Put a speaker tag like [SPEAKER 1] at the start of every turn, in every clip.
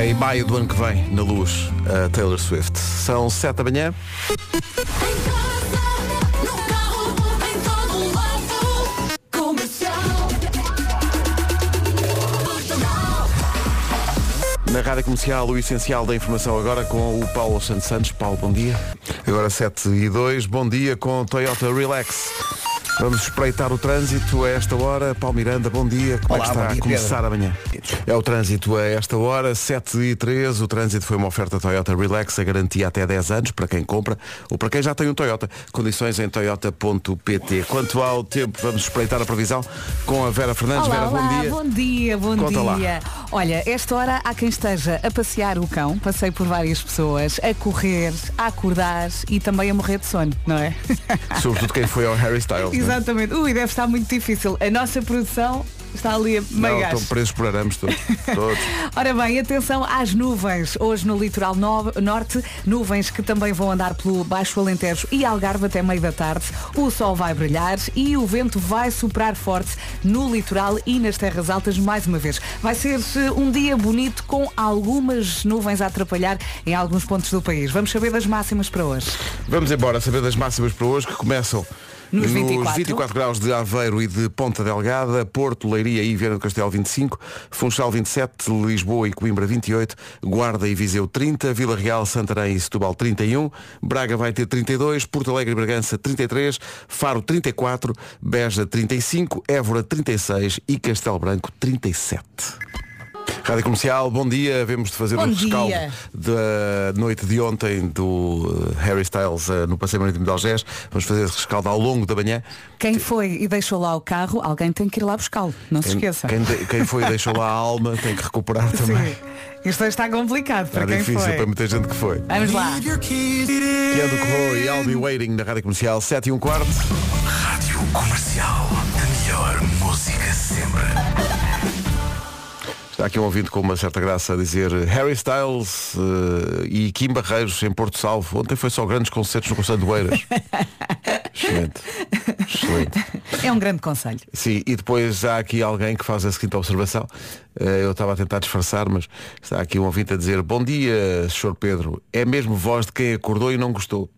[SPEAKER 1] em maio do ano que vem, na luz, a Taylor Swift. São 7 da manhã. Na Rádio Comercial, o essencial da informação agora com o Paulo Santos Santos. Paulo, bom dia. Agora 7 e 2, bom dia com Toyota Relax. Vamos espreitar o trânsito a esta hora. Paulo Miranda, bom dia. Como
[SPEAKER 2] Olá,
[SPEAKER 1] é que está
[SPEAKER 2] bom dia,
[SPEAKER 1] a começar
[SPEAKER 2] Pedro.
[SPEAKER 1] amanhã? É o trânsito a esta hora, 7 e 3. O trânsito foi uma oferta Toyota Relax, a garantia até 10 anos para quem compra ou para quem já tem um Toyota. Condições em toyota.pt. Quanto ao tempo, vamos espreitar a previsão com a Vera Fernandes.
[SPEAKER 3] Olá,
[SPEAKER 1] Vera,
[SPEAKER 3] olá,
[SPEAKER 1] bom dia.
[SPEAKER 3] bom dia, bom
[SPEAKER 1] Conta lá.
[SPEAKER 3] dia. Olha, esta hora há quem esteja a passear o cão, passei por várias pessoas, a correr, a acordar e também a morrer de sono, não é?
[SPEAKER 1] Sobretudo quem foi ao Harry Styles. não é?
[SPEAKER 3] Exatamente. Ui, deve estar muito difícil. A nossa produção está ali a meio
[SPEAKER 1] Não,
[SPEAKER 3] gás.
[SPEAKER 1] estão presos por arames todos. todos.
[SPEAKER 3] Ora bem, atenção às nuvens. Hoje no litoral no- norte, nuvens que também vão andar pelo Baixo Alentejo e Algarve até meio da tarde. O sol vai brilhar e o vento vai soprar forte no litoral e nas terras altas mais uma vez. Vai ser eh, um dia bonito com algumas nuvens a atrapalhar em alguns pontos do país. Vamos saber das máximas para hoje.
[SPEAKER 1] Vamos embora saber das máximas para hoje que começam
[SPEAKER 3] Nos 24.
[SPEAKER 1] 24 graus de Aveiro e de Ponta Delgada, Porto, Leiria e Viana do Castelo 25, Funchal 27, Lisboa e Coimbra 28, Guarda e Viseu 30, Vila Real, Santarém e Setúbal 31, Braga vai ter 32, Porto Alegre e Bragança 33, Faro 34, Beja 35, Évora 36 e Castelo Branco 37. Rádio Comercial, bom dia. Vemos de fazer
[SPEAKER 3] Bom
[SPEAKER 1] um
[SPEAKER 3] dia.
[SPEAKER 1] rescaldo da noite de ontem do eh, Harry Styles eh, no Passeio Marítimo de Algés. Vamos fazer esse rescaldo ao longo da manhã.
[SPEAKER 3] Quem foi e deixou lá o carro, alguém tem que ir lá buscá-lo. Não se
[SPEAKER 1] Quem,
[SPEAKER 3] esqueça.
[SPEAKER 1] quem de- quem foi e deixou lá a alma tem que recuperar também.
[SPEAKER 3] Sim. Isto hoje está complicado para
[SPEAKER 1] Está
[SPEAKER 3] quem
[SPEAKER 1] difícil
[SPEAKER 3] foi.
[SPEAKER 1] para muita gente que foi.
[SPEAKER 3] Vamos lá.
[SPEAKER 1] Tiago Corro e I'll Be Waiting na Rádio Comercial 7 e um quarto.
[SPEAKER 4] Rádio Comercial. A melhor música sempre.
[SPEAKER 1] Está aqui um ouvinte com uma certa graça a dizer Harry Styles eh, e Kim Barreiros em Porto Salvo. Ontem foi só grandes concertos no Conselho de Oeiras. Excelente. Excelente.
[SPEAKER 3] É um grande conselho.
[SPEAKER 1] Sim, e depois há aqui alguém que faz a seguinte observação. Eh, Eu estava a tentar disfarçar, mas está aqui um ouvinte a dizer Bom dia, Sr. Pedro. É mesmo voz de quem acordou e não gostou.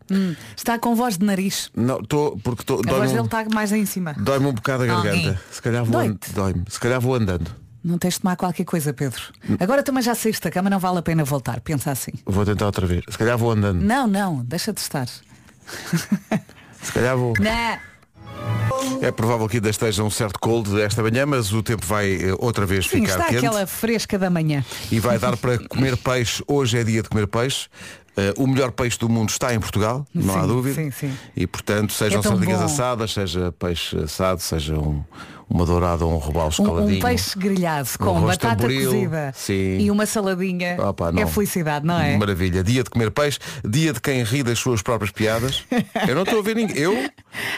[SPEAKER 3] Está com voz de nariz.
[SPEAKER 1] Não, estou, porque estou...
[SPEAKER 3] A voz
[SPEAKER 1] Dói-me
[SPEAKER 3] dele
[SPEAKER 1] um,
[SPEAKER 3] está mais em cima.
[SPEAKER 1] dói um bocado a
[SPEAKER 3] Alguém.
[SPEAKER 1] garganta. Se calhar vou, an-
[SPEAKER 3] Dói-te?
[SPEAKER 1] dói-me. Se calhar vou andando.
[SPEAKER 3] Não tens de tomar qualquer coisa, Pedro. Agora também já saíste da cama, não vale a pena voltar. Pensa assim.
[SPEAKER 1] Vou tentar outra vez. Se calhar vou andando.
[SPEAKER 3] Não, não, deixa de estar.
[SPEAKER 1] Se calhar vou...
[SPEAKER 3] Não.
[SPEAKER 1] É provável que ainda esteja um certo cold esta manhã, mas o tempo vai eh, outra vez
[SPEAKER 3] Sim,
[SPEAKER 1] ficar
[SPEAKER 3] está
[SPEAKER 1] quente.
[SPEAKER 3] aquela fresca da manhã.
[SPEAKER 1] e vai dar para comer peixe. Hoje é dia de comer peixe. Eh, o melhor peixe do mundo está em Portugal, não há
[SPEAKER 3] Sim,
[SPEAKER 1] dúvida.
[SPEAKER 3] sim, sim.
[SPEAKER 1] E portanto, sejam
[SPEAKER 3] É tão
[SPEAKER 1] sardinhas
[SPEAKER 3] bom.
[SPEAKER 1] assadas, seja peixe assado, seja um- uma dourada ou um robalo
[SPEAKER 3] Um- Um,
[SPEAKER 1] escaladinho.
[SPEAKER 3] peixe grelhado
[SPEAKER 1] Um
[SPEAKER 3] com
[SPEAKER 1] arroz
[SPEAKER 3] batata
[SPEAKER 1] tamboril,
[SPEAKER 3] cozida
[SPEAKER 1] sim.
[SPEAKER 3] e uma saladinha.
[SPEAKER 1] Ah, pá,
[SPEAKER 3] é felicidade, não é?
[SPEAKER 1] Maravilha. Dia de comer peixe, dia de quem ri das suas próprias piadas. Eu não estou a ver ninguém. Eu?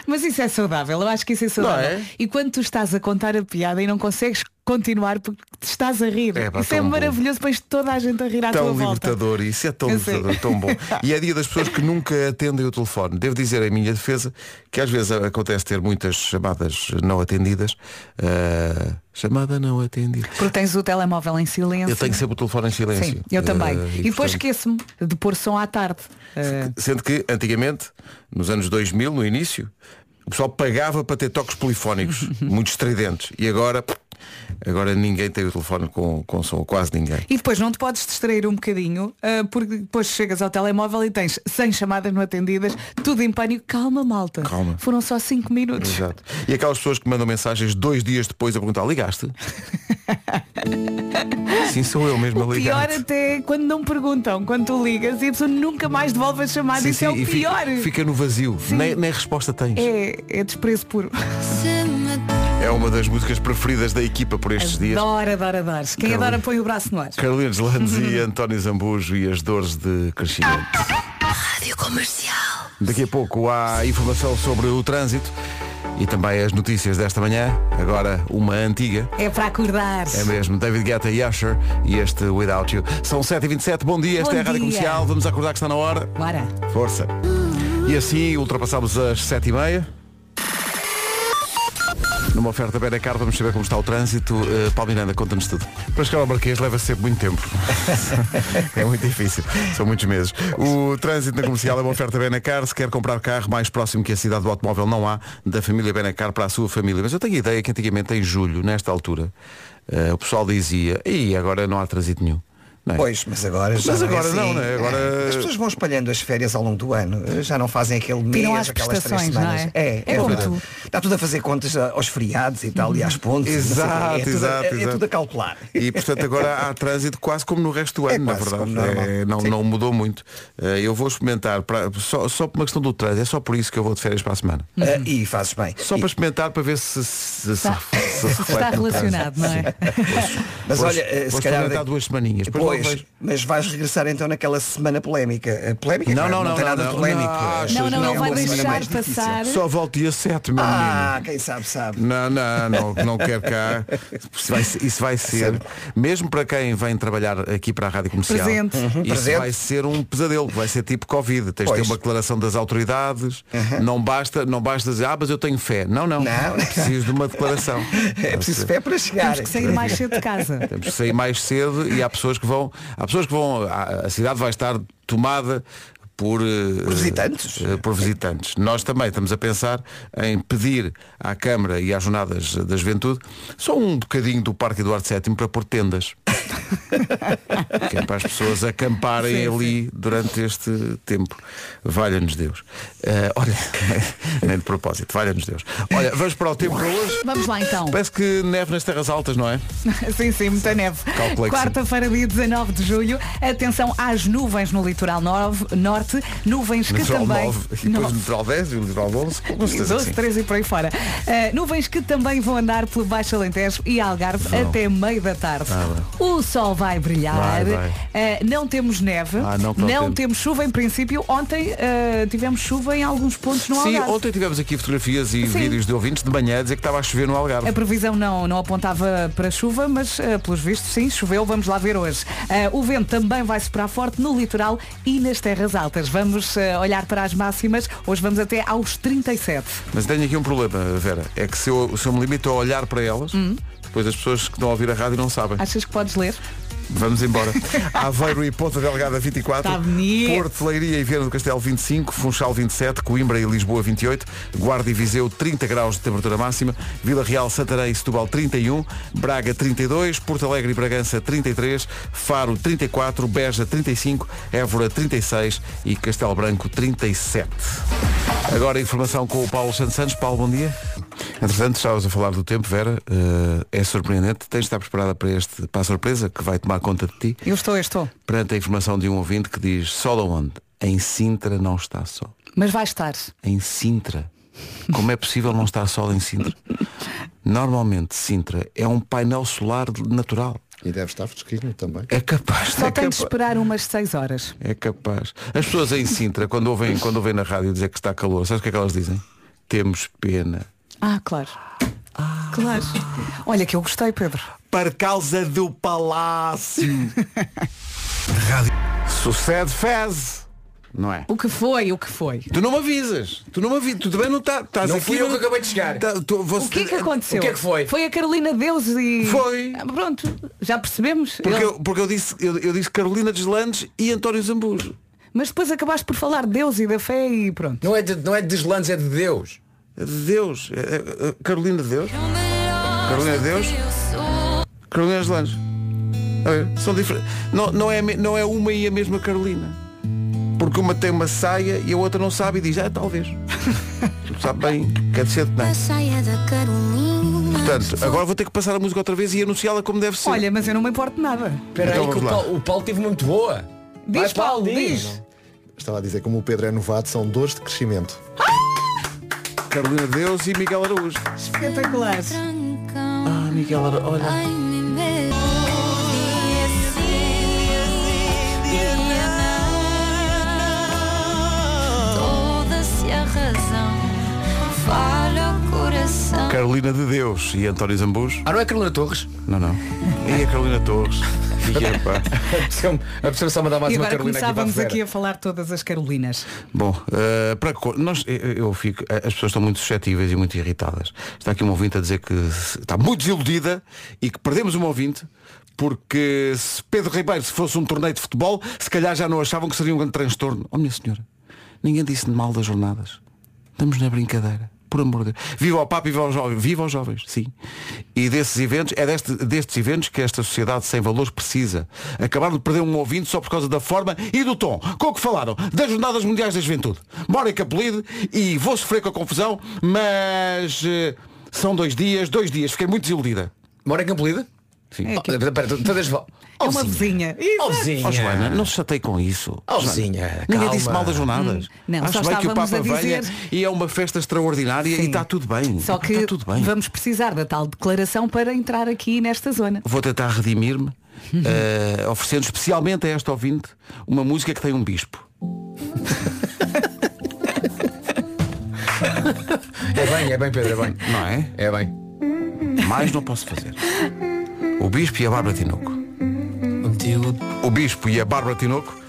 [SPEAKER 3] Mas isso é saudável, eu acho que isso é saudável.
[SPEAKER 1] Não é?
[SPEAKER 3] E quando tu estás a contar a piada e não consegues continuar porque te estás a rir.
[SPEAKER 1] É, pá,
[SPEAKER 3] isso é
[SPEAKER 1] tão bom.
[SPEAKER 3] maravilhoso, pões toda a gente a rir à tua
[SPEAKER 1] tão
[SPEAKER 3] volta.
[SPEAKER 1] libertador, isso é tão
[SPEAKER 3] Eu sei.
[SPEAKER 1] libertador, tão bom. E é dia das pessoas que nunca atendem o telefone. Devo dizer em minha defesa que às vezes acontece ter muitas chamadas não atendidas. Ah, chamada não atendida.
[SPEAKER 3] Porque tens o telemóvel em silêncio.
[SPEAKER 1] Eu tenho sempre o telefone em silêncio.
[SPEAKER 3] Sim, eu também.
[SPEAKER 1] Ah,
[SPEAKER 3] e depois
[SPEAKER 1] portanto,
[SPEAKER 3] esqueço-me de pôr som à tarde. Ah,
[SPEAKER 1] Sendo que antigamente, nos anos 2000, no início, o pessoal pagava para ter toques polifónicos, muito estridentes. E agora, agora ninguém tem o telefone com, com som, quase ninguém.
[SPEAKER 3] e depois não te podes distrair um bocadinho, ah, porque depois chegas ao telemóvel e tens 100 chamadas não atendidas, tudo em pânico. Calma, malta.
[SPEAKER 1] Calma.
[SPEAKER 3] Foram só 5 minutos.
[SPEAKER 1] Exato. E aquelas pessoas que mandam mensagens dois dias depois a perguntar, ligaste? Sim, sou eu mesmo
[SPEAKER 3] O
[SPEAKER 1] a
[SPEAKER 3] pior
[SPEAKER 1] ligar.
[SPEAKER 3] até é quando não perguntam, quando tu ligas e a pessoa nunca mais devolve a chamada.
[SPEAKER 1] Sim,
[SPEAKER 3] Isso
[SPEAKER 1] sim,
[SPEAKER 3] é o
[SPEAKER 1] e fica-
[SPEAKER 3] pior.
[SPEAKER 1] Fica, no vazio, nem, nem resposta tens. É.
[SPEAKER 3] É, é desprezo puro.
[SPEAKER 1] uma das músicas preferidas da equipa por
[SPEAKER 3] É,
[SPEAKER 1] estes dias.
[SPEAKER 3] Adoro, adoro, adoro. Quem
[SPEAKER 1] Carolina.
[SPEAKER 3] adora põe o braço no ar.
[SPEAKER 1] Carolina Landes e António Zambujo e as dores de crescimento.
[SPEAKER 5] Rádio Comercial.
[SPEAKER 1] Daqui a pouco há informação sobre o trânsito e também as notícias desta manhã. Agora uma antiga.
[SPEAKER 3] É para acordar.
[SPEAKER 1] É mesmo, David Guetta e Usher e este Without You. São 7h27, bom dia, esta
[SPEAKER 3] Bom
[SPEAKER 1] é a Rádio
[SPEAKER 3] dia.
[SPEAKER 1] Comercial, vamos acordar que está na hora.
[SPEAKER 3] Bora.
[SPEAKER 1] Força. E assim ultrapassamos as 7h30. Numa oferta Benacar, vamos saber como está o trânsito. Uh, Paulo Miranda, conta-nos tudo. Para chegar ao Marquês leva sempre muito tempo. é muito difícil. São muitos meses. O trânsito na comercial é uma oferta Benacar. Se quer comprar carro mais próximo que a cidade do automóvel, não há. Da família Benacar para a sua família. Mas eu tenho a ideia que antigamente, em julho, nesta altura, eh, o pessoal dizia, e agora não há trânsito nenhum. Não é?
[SPEAKER 2] Pois, mas agora já
[SPEAKER 1] Mas
[SPEAKER 2] não
[SPEAKER 1] agora
[SPEAKER 2] é assim.
[SPEAKER 1] não, né? Agora-
[SPEAKER 2] As pessoas vão espalhando as férias ao longo do ano. Já não fazem aquele mês,
[SPEAKER 3] Tiram às
[SPEAKER 2] aquelas três
[SPEAKER 3] prestações,
[SPEAKER 2] semanas.
[SPEAKER 3] não é?
[SPEAKER 2] É,
[SPEAKER 3] É como
[SPEAKER 2] verdade.
[SPEAKER 3] tu.
[SPEAKER 2] Está tudo a fazer contas ah, aos feriados e tal, e às pontes. não
[SPEAKER 1] Uhum.
[SPEAKER 2] sei o quê.
[SPEAKER 1] Exato,
[SPEAKER 2] é tudo,
[SPEAKER 1] exato,
[SPEAKER 2] é- é,
[SPEAKER 1] exato.
[SPEAKER 2] tudo a calcular.
[SPEAKER 1] E portanto agora há trânsito quase como no resto do
[SPEAKER 2] É
[SPEAKER 1] ano, na
[SPEAKER 2] quase
[SPEAKER 1] verdade.
[SPEAKER 2] como normal.
[SPEAKER 1] É, não,
[SPEAKER 2] Sim.
[SPEAKER 1] não mudou muito. Eh, Eu vou experimentar, para- só, só por uma questão do trânsito, é só por isso que eu vou de férias para a semana.
[SPEAKER 2] Ah, e fazes bem.
[SPEAKER 1] Só para experimentar para ver se se, se,
[SPEAKER 3] Está-
[SPEAKER 1] se- se reflete
[SPEAKER 3] Está
[SPEAKER 1] no
[SPEAKER 3] relacionado, não é?
[SPEAKER 2] Mas
[SPEAKER 1] Vou-
[SPEAKER 2] olha, eh,
[SPEAKER 1] vou
[SPEAKER 2] se calhar.
[SPEAKER 1] experimentar duas semaninhas, depois
[SPEAKER 2] Pois,
[SPEAKER 1] logo vejo.
[SPEAKER 2] mas vais regressar então naquela semana polémica. Eh, Polémica?
[SPEAKER 1] Não, não,
[SPEAKER 2] não
[SPEAKER 1] não,
[SPEAKER 2] tem
[SPEAKER 1] não,
[SPEAKER 2] nada
[SPEAKER 1] não,
[SPEAKER 2] de polémico.
[SPEAKER 1] não, achas,
[SPEAKER 3] Não, não,
[SPEAKER 1] não,
[SPEAKER 3] ele
[SPEAKER 1] é
[SPEAKER 3] vai
[SPEAKER 1] uma semana
[SPEAKER 3] deixar
[SPEAKER 2] mais difícil.
[SPEAKER 3] passar.
[SPEAKER 1] Só volto dia 7, meu menino.
[SPEAKER 2] Ah, quem sabe, sabe.
[SPEAKER 1] Não, não, não, não quero cá. Isso vai, isso vai ser, mesmo para quem vem trabalhar aqui para a Rádio Comercial,
[SPEAKER 3] Presente. Uhum,
[SPEAKER 1] isso
[SPEAKER 2] presente.
[SPEAKER 1] vai ser um pesadelo, vai ser tipo Covid. Tens de ter
[SPEAKER 2] Pois. Uhum.
[SPEAKER 1] uma declaração das autoridades, não, basta, não basta dizer, ah, mas eu tenho fé. Não, não. é
[SPEAKER 2] Não.
[SPEAKER 1] Preciso de uma declaração.
[SPEAKER 2] É preciso fé para chegar.
[SPEAKER 3] Temos que sair mais cedo de casa.
[SPEAKER 1] Temos que sair mais cedo e há pessoas que vão. Há pessoas que vão. A, a cidade vai estar tomada por, eh,
[SPEAKER 2] Por visitantes.
[SPEAKER 1] eh, por visitantes. Nós também estamos a pensar em pedir à Câmara e às Jornadas da Juventude só um bocadinho do Parque Eduardo VII para pôr tendas. que é para as pessoas acamparem
[SPEAKER 3] Sim,
[SPEAKER 1] ali durante este tempo. Valha-nos Deus. Eh, olha, nem de propósito, valha-nos Deus. Olha, vamos para o tempo para hoje.
[SPEAKER 3] Vamos lá então.
[SPEAKER 1] Parece que neve nas terras altas, não é?
[SPEAKER 3] Sim, sim, muita neve.
[SPEAKER 1] Calculei que sim.
[SPEAKER 3] Quarta-feira, dia 19 de julho. Atenção às nuvens no litoral nove- norte. Nuvens que
[SPEAKER 1] Litoral
[SPEAKER 3] também.
[SPEAKER 1] 9 e depois
[SPEAKER 3] Nove.
[SPEAKER 1] litoral 10 e o litoral 11, com
[SPEAKER 3] E
[SPEAKER 1] certeza que
[SPEAKER 3] 12,
[SPEAKER 1] sim.
[SPEAKER 3] 13 e por aí fora. Ah, nuvens que também vão andar pelo Baixo Alentejo e Algarve até meio da tarde. o sol vai brilhar.
[SPEAKER 1] Vai, vai.
[SPEAKER 3] Ah, não temos neve.
[SPEAKER 1] Ah, não que não temos.
[SPEAKER 3] temos chuva em princípio. Ontem ah, tivemos chuva em alguns pontos no
[SPEAKER 1] Sim,
[SPEAKER 3] um Algarve.
[SPEAKER 1] ontem tivemos aqui fotografias e
[SPEAKER 3] Sim. É
[SPEAKER 1] vídeos de ouvintes de manhã a dizer que estava a chover no Algarve.
[SPEAKER 3] A previsão não, não apontava para chuva, mas eh, pelos vistos sim, choveu, vamos lá ver hoje. Eh, o vento também vai soprar forte no litoral e nas terras altas. Vamos eh, olhar para as máximas, hoje vamos até aos 37.
[SPEAKER 1] Mas tenho aqui um problema, Vera, é que se eu, se eu me limito a olhar para elas,
[SPEAKER 3] Hum.
[SPEAKER 1] depois as pessoas que estão a ouvir a rádio não sabem.
[SPEAKER 3] Achas que podes ler?
[SPEAKER 1] Vamos embora. Aveiro e Ponta Delgada 24,
[SPEAKER 3] Tá bonito.
[SPEAKER 1] Porto, Leiria e Viana do Castelo 25, Funchal 27, Coimbra e Lisboa 28, Guarda e Viseu 30 graus de temperatura máxima, Vila Real, Santarém e Setúbal 31, Braga 32, Porto Alegre e Bragança 33, Faro 34, Beja 35, Évora 36 e Castelo Branco 37. Agora a informação com o Paulo Santos Santos. Paulo, bom dia. Entretanto, estavas a falar do tempo, Vera. eh, é surpreendente. Tens de estar preparada para, este, para a surpresa que vai tomar conta de ti
[SPEAKER 3] Eu estou, eu estou.
[SPEAKER 1] perante a informação de um ouvinte que diz sol aonde? Em Sintra não está sol.
[SPEAKER 3] Mas vai estar.
[SPEAKER 1] Em Sintra. Como é possível não estar sol em Sintra? Normalmente Sintra é um painel solar natural.
[SPEAKER 6] E deve estar fresquinho também.
[SPEAKER 1] É capaz
[SPEAKER 3] Só
[SPEAKER 1] é
[SPEAKER 3] tem de
[SPEAKER 1] capa-
[SPEAKER 3] esperar umas 6 horas.
[SPEAKER 1] É capaz. As pessoas em Sintra, quando ouvem, quando ouvem na rádio dizer que está calor, sabes o que é que elas dizem? Temos pena.
[SPEAKER 3] Ah, claro. Claro. Ah. Olha que eu gostei, Pedro.
[SPEAKER 1] Por causa do palácio. rádio. Sucede Fez. Não é?
[SPEAKER 3] O que foi, o que foi?
[SPEAKER 1] Tu não me avisas. Tu não me avisas. Tu também não tá- estás
[SPEAKER 7] Não
[SPEAKER 1] aqui,
[SPEAKER 7] fui eu
[SPEAKER 1] mas-
[SPEAKER 7] que acabei de chegar.
[SPEAKER 1] Tá- tu- você-
[SPEAKER 3] O que é que aconteceu?
[SPEAKER 7] O que é que foi?
[SPEAKER 3] Foi a Carolina Deus e.
[SPEAKER 1] Foi.
[SPEAKER 3] Ah, Pronto, já percebemos.
[SPEAKER 1] Porque,
[SPEAKER 3] Ele-
[SPEAKER 1] eu, porque eu disse, eu, eu disse Carolina Deslandes e António Zambujo.
[SPEAKER 3] Mas depois acabaste por falar de Deus e da fé e pronto.
[SPEAKER 7] Não é de, não é de deslandes, é de Deus.
[SPEAKER 1] É de Deus. É- é- é Carolina de Deus. Carolina de Deus. Carolina Deslandes. A ver, São diferentes. Não, não, é, a me- não é uma e a mesma Carolina. Porque uma tem uma saia e a outra não sabe e diz, ah, talvez. Tu sabe bem, quer dizer que é não.
[SPEAKER 5] saia da Carolina.
[SPEAKER 1] Portanto, agora vou ter que passar a música outra vez e anunciá-la como deve ser.
[SPEAKER 3] Olha, mas eu não me importo de nada.
[SPEAKER 7] Espera
[SPEAKER 1] Então
[SPEAKER 7] aí que o
[SPEAKER 1] vamos lá.
[SPEAKER 7] Paulo, o Paulo teve muito boa.
[SPEAKER 3] Diz,
[SPEAKER 7] Vai,
[SPEAKER 3] Paulo, diz.
[SPEAKER 6] Estava a dizer, como o Pedro é novato, são dores de crescimento.
[SPEAKER 1] Ah! Carolina de Deus e Miguel Araújo.
[SPEAKER 3] Espetacular.
[SPEAKER 5] Trancão.
[SPEAKER 1] Ah, Miguel Araújo, olha.
[SPEAKER 5] Ai, me medo. E assim, e não. Toda-se a razão. Falha o coração.
[SPEAKER 1] Carolina de Deus e António Zambujo.
[SPEAKER 7] Ah, não é Carolina Torres?
[SPEAKER 1] Não, não. E a Ah! Carolina Torres. Epá.
[SPEAKER 7] A pessoa só mandar mais
[SPEAKER 3] E
[SPEAKER 7] uma Carolina aqui para
[SPEAKER 3] agora
[SPEAKER 7] a
[SPEAKER 3] começávamos aqui
[SPEAKER 7] Vera.
[SPEAKER 3] a falar todas as Carolinas.
[SPEAKER 1] Bom, eh, para co- nós eh, eu fico, eh, as pessoas estão muito suscetíveis e muito irritadas. Está aqui um ouvinte a dizer que se- está muito desiludida e que perdemos um ouvinte porque se Pedro Ribeiro se fosse um torneio de futebol, se calhar já não achavam que seria um grande transtorno. Oh minha senhora, ninguém disse mal das jornadas. Estamos na brincadeira. Por amor de Deus. Viva o Papa e viva os jovens. Viva os jovens, sim. E desses eventos, é deste- destes eventos que esta sociedade sem valores precisa. Acabaram de perder um ouvinte só por causa da forma e do tom. Com o que falaram? Das Jornadas Mundiais da Juventude. Bora que apelido e vou sofrer com a confusão, mas eh, são dois dias, dois dias. Fiquei muito desiludida.
[SPEAKER 7] Mora em Campolida?
[SPEAKER 1] Sim.
[SPEAKER 7] Oh, Espera, tu- todas vão.
[SPEAKER 3] É uma vizinha. Isso.
[SPEAKER 7] Alzinha.
[SPEAKER 1] Oh, Joana, não se chatei com isso.
[SPEAKER 7] é. Oh,
[SPEAKER 1] Joana,
[SPEAKER 7] Zinha,
[SPEAKER 1] Ninguém
[SPEAKER 7] calma.
[SPEAKER 1] disse mal das jornadas.
[SPEAKER 3] Hum, não,
[SPEAKER 1] Acho
[SPEAKER 3] só
[SPEAKER 1] bem que o
[SPEAKER 3] estávamos
[SPEAKER 1] Papa
[SPEAKER 3] a dizer-
[SPEAKER 1] venha e é uma festa extraordinária e
[SPEAKER 3] Sim.
[SPEAKER 1] está tudo bem.
[SPEAKER 7] Então
[SPEAKER 3] Só que
[SPEAKER 1] está tudo bem.
[SPEAKER 3] vamos precisar da tal declaração para entrar aqui nesta zona.
[SPEAKER 1] Vou tentar redimir-me, eh, oferecendo especialmente a esta ouvinte uma música que tem um bispo.
[SPEAKER 7] É bem, é bem, Pedro, é bem.
[SPEAKER 1] Não é?
[SPEAKER 7] É bem.
[SPEAKER 1] Mais não posso fazer. O bispo e a Bárbara Tinoco. O bispo e a Bárbara Tinoco.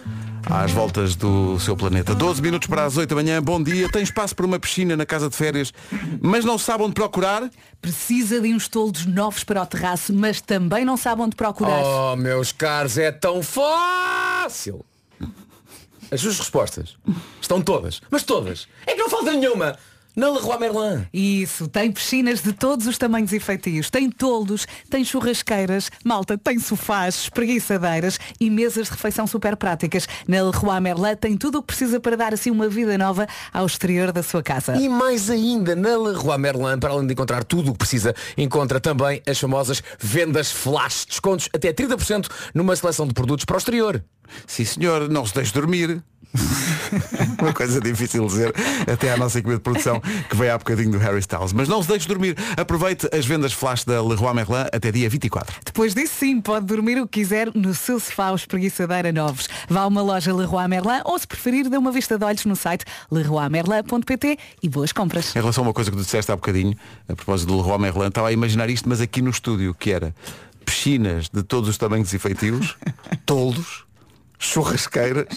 [SPEAKER 1] Às voltas do seu planeta. 12 minutos para as 8 da manhã. Bom dia. Tem espaço para uma piscina na casa de férias, mas não sabe onde procurar?
[SPEAKER 3] Precisa de uns toldos novos para o terraço, mas também não sabe onde procurar.
[SPEAKER 7] Oh, meus caros, é tão fácil. As suas respostas estão todas, mas todas. É que não falta nenhuma. Na Leroy Merlin.
[SPEAKER 3] Isso, tem piscinas de todos os tamanhos e feitios. Tem toldos, tem churrasqueiras, malta, tem sofás, espreguiçadeiras e mesas de refeição super práticas. Na Leroy Merlin tem tudo o que precisa para dar assim uma vida nova ao exterior da sua casa.
[SPEAKER 7] E mais ainda, na Leroy Merlin, para além de encontrar tudo o que precisa, encontra também as famosas vendas flash. Descontos até 30% numa seleção de produtos para o exterior.
[SPEAKER 1] Sim senhor, não se deixe dormir. Uma coisa difícil de dizer até à nossa equipe de produção que veio há bocadinho do Harry Styles. Mas não se deixe dormir. Aproveite as vendas flash da Leroy Merlin até dia 24.
[SPEAKER 3] Depois disso sim, pode dormir o que quiser no seu sofá ou espreguiçadeira novos. Vá a uma loja Leroy Merlin ou se preferir dê uma vista de olhos no site leroymerlin.pt e boas compras.
[SPEAKER 1] Em relação a uma coisa que tu disseste há bocadinho, a propósito do Leroy Merlin, estava a imaginar isto, mas aqui no estúdio, que era piscinas de todos os tamanhos e feitios, toldos, churrasqueiras,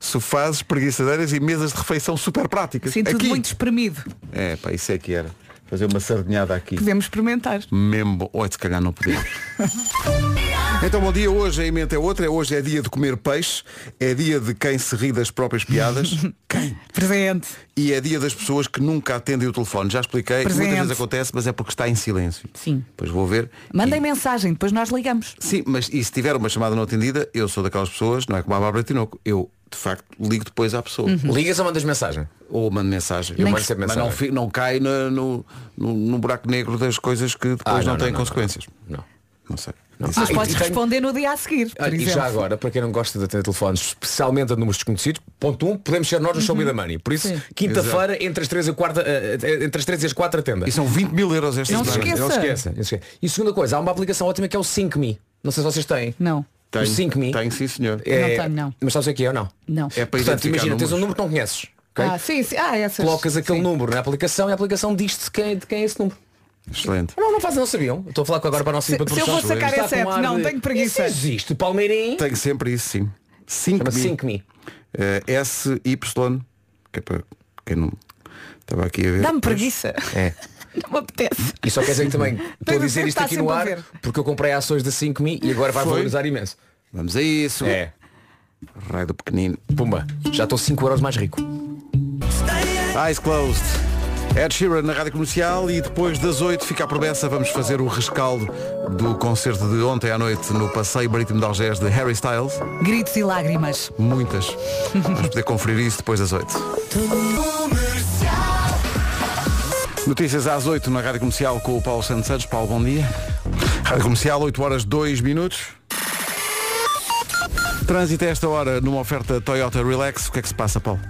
[SPEAKER 1] sofás, preguiçadeiras e mesas de refeição super práticas.
[SPEAKER 3] Sinto tudo
[SPEAKER 1] aqui.
[SPEAKER 3] muito espremido.
[SPEAKER 1] É, pá, isso é que era. Fazer uma sardinhada aqui.
[SPEAKER 3] Podemos experimentar.
[SPEAKER 1] Mesmo bo- Oi, se calhar não podemos. Então bom dia, hoje a emenda é outra, hoje é dia de comer peixe, é dia de quem se ri das próprias piadas
[SPEAKER 3] Presente.
[SPEAKER 1] e é dia das pessoas que nunca atendem o telefone. Já expliquei,
[SPEAKER 3] Presente.
[SPEAKER 1] muitas vezes acontece, mas é porque está em silêncio.
[SPEAKER 3] Sim.
[SPEAKER 1] Pois vou ver.
[SPEAKER 3] Mandem mensagem, depois nós ligamos.
[SPEAKER 1] Sim, mas e se tiver uma chamada não atendida, eu sou daquelas pessoas, não é como a Bárbara Tinoco, eu de facto ligo depois à pessoa.
[SPEAKER 3] Uhum.
[SPEAKER 7] Ligas ou mandas mensagem?
[SPEAKER 1] Ou mando mensagem.
[SPEAKER 7] Eu
[SPEAKER 1] Mas-
[SPEAKER 7] mando sempre
[SPEAKER 1] mas
[SPEAKER 7] mensagem.
[SPEAKER 1] não, fi- não cai na- no, no, no buraco negro das coisas que depois
[SPEAKER 7] Ah,
[SPEAKER 1] não,
[SPEAKER 7] não,
[SPEAKER 1] têm
[SPEAKER 7] não, não,
[SPEAKER 1] consequências.
[SPEAKER 7] não.
[SPEAKER 1] Não sei.
[SPEAKER 3] Mas
[SPEAKER 7] Ah,
[SPEAKER 3] podes
[SPEAKER 7] e tenho-
[SPEAKER 3] responder no dia a seguir, por
[SPEAKER 7] Olha, e
[SPEAKER 3] exemplo.
[SPEAKER 7] já agora, para quem não gosta de atender telefones, especialmente a números desconhecidos, ponto 1, um, podemos ser nós no show Me da Money. Por isso,
[SPEAKER 3] Uhum. Sim.
[SPEAKER 7] quinta-feira, entre as 3 e 4, entre as 3 e as 4 atenda.
[SPEAKER 1] E são 20 mil euros esta
[SPEAKER 3] Não se
[SPEAKER 1] semana.
[SPEAKER 3] esqueça.
[SPEAKER 7] Não se esqueça. não se esqueça. E segunda coisa, há uma aplicação ótima que é o 5Me. Não sei se vocês têm.
[SPEAKER 3] Não,
[SPEAKER 1] Tenho,
[SPEAKER 7] O 5Me.
[SPEAKER 1] Tenho, sim, senhor.
[SPEAKER 7] É,
[SPEAKER 3] Não tenho, não.
[SPEAKER 7] Mas sabes o que é ou não?
[SPEAKER 3] não.
[SPEAKER 1] É para
[SPEAKER 7] Portanto,
[SPEAKER 1] identificar
[SPEAKER 7] imagina, tens um
[SPEAKER 1] números.
[SPEAKER 7] número que não conheces. ok?
[SPEAKER 3] Ah, sim, sim. Ah, essas.
[SPEAKER 7] Colocas aquele
[SPEAKER 3] sim.
[SPEAKER 7] número na aplicação e a aplicação diz-te de quem, de quem é esse número.
[SPEAKER 1] Excelente.
[SPEAKER 7] Não, não fazem, não sabiam. Estou a falar agora para a nossa
[SPEAKER 3] Se-
[SPEAKER 7] equipa de
[SPEAKER 3] se eu
[SPEAKER 7] produção.
[SPEAKER 3] vou sacar
[SPEAKER 7] Está
[SPEAKER 3] esse
[SPEAKER 7] com
[SPEAKER 3] app,
[SPEAKER 7] ar
[SPEAKER 3] não, tenho preguiça.
[SPEAKER 7] Isso existe, Palmeirim.
[SPEAKER 1] Tenho sempre isso, sim.
[SPEAKER 7] Chama-se
[SPEAKER 1] 5
[SPEAKER 7] 5Me.
[SPEAKER 1] S-Y, que é para quem não estava aqui a ver.
[SPEAKER 3] Dá-me
[SPEAKER 1] Pois.
[SPEAKER 3] preguiça.
[SPEAKER 7] É.
[SPEAKER 3] Não me apetece.
[SPEAKER 7] E só quer dizer que também estou a
[SPEAKER 3] Tem de
[SPEAKER 7] dizer isto
[SPEAKER 3] estar
[SPEAKER 7] aqui no
[SPEAKER 3] sempre a
[SPEAKER 7] ar
[SPEAKER 3] ver.
[SPEAKER 7] porque eu comprei ações da 5Me e agora vai
[SPEAKER 1] Foi?
[SPEAKER 7] valorizar imenso.
[SPEAKER 1] Vamos a isso.
[SPEAKER 7] É.
[SPEAKER 1] Raio do pequenino.
[SPEAKER 7] Pumba, já estou 5 euros mais rico.
[SPEAKER 1] Eyes closed. Ed Sheeran na Rádio Comercial e depois das 8 fica a promessa, vamos fazer o rescaldo do concerto de ontem à noite no Passeio Marítimo de Algés de Harry Styles.
[SPEAKER 3] Gritos e lágrimas.
[SPEAKER 1] Muitas. Vamos poder conferir isso depois das 8. Notícias às 8 na Rádio Comercial com o Paulo Santos Santos. Paulo, bom dia. Rádio Comercial, 8 horas 2 minutos. Trânsito a esta hora numa oferta Toyota Relax. O que é que se passa, Paulo?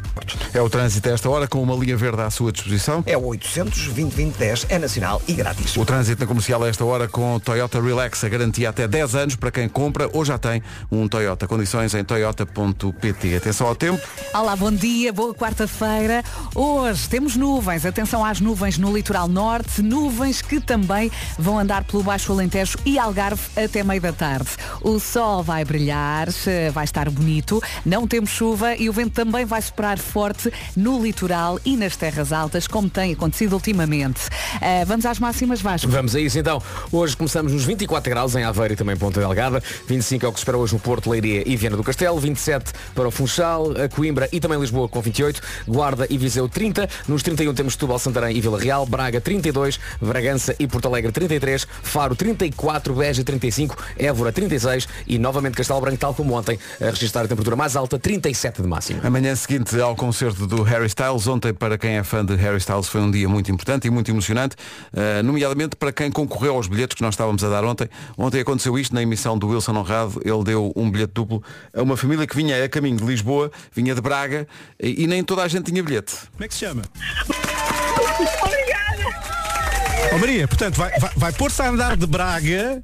[SPEAKER 1] É o trânsito a esta hora com uma linha verde à sua disposição.
[SPEAKER 2] É o 800 2010 é nacional e grátis.
[SPEAKER 1] O trânsito na comercial a esta hora com Toyota Relax, a garantia até 10 anos para quem compra ou já tem um Toyota. Condições em toyota.pt. Atenção ao tempo.
[SPEAKER 3] Olá, bom dia, boa quarta-feira. Hoje temos nuvens, atenção às nuvens no litoral norte, nuvens que também vão andar pelo Baixo Alentejo e Algarve até meio da tarde. O sol vai brilhar, eh, vai estar bonito, não temos chuva e o vento também vai soprar forte no litoral e nas terras altas, como tem acontecido ultimamente. Eh, Vamos às máximas, Vasco.
[SPEAKER 7] Vamos a isso então. Hoje começamos nos 24 graus em Aveiro e também Ponta Delgada. 25 é o que se espera hoje no Porto, Leiria e Viana do Castelo. 27 para o Funchal, a Coimbra e também Lisboa com 28. Guarda e Viseu 30. Nos 31 temos Setúbal, Santarém e Vila Real. Braga 32. Bragança e Porto Alegre 33. Faro 34. Beja 35. Évora 36. E novamente Castelo Branco, tal como ontem, a registrar a temperatura mais alta, 37 de máximo.
[SPEAKER 1] Amanhã seguinte ao concerto do Harry Styles. Ontem, para quem é fã de Harry Styles, foi um dia muito importante e muito emocionante, eh, nomeadamente para quem concorreu aos bilhetes que nós estávamos a dar ontem. Ontem aconteceu isto na emissão do Wilson Honrado. Ele deu um bilhete duplo a uma família que vinha a caminho de Lisboa, vinha de Braga, e e nem toda a gente tinha bilhete.
[SPEAKER 8] Como é que se chama? Obrigada! Oh, Maria, portanto, vai, vai, vai pôr-se a andar de Braga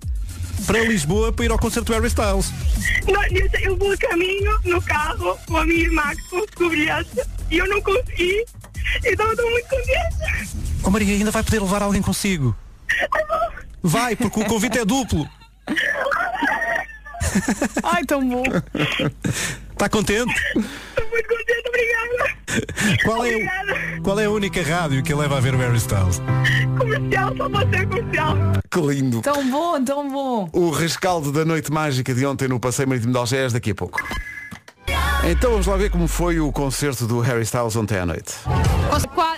[SPEAKER 8] para Lisboa para ir ao concerto do Harry Styles.
[SPEAKER 9] Não, eu, sei, eu vou a caminho no carro com a minha irmã que conseguiu bilhete e eu não consegui. Então eu estou muito contente.
[SPEAKER 8] Oh Maria, ainda vai poder levar alguém consigo. Vai, porque o convite é duplo.
[SPEAKER 3] Ai, tão bom.
[SPEAKER 8] Está contente?
[SPEAKER 9] Estou muito contente, obrigada.
[SPEAKER 8] Qual é,
[SPEAKER 9] Obrigada.
[SPEAKER 8] o- qual é a única rádio que leva a ver o Harry Styles?
[SPEAKER 9] Comercial, só pode ser comercial.
[SPEAKER 1] Que lindo!
[SPEAKER 3] Tão bom, tão bom.
[SPEAKER 1] O rescaldo da noite mágica de ontem no Passeio Marítimo de Algés daqui a pouco. Então vamos lá ver como foi o concerto do Harry Styles ontem à noite.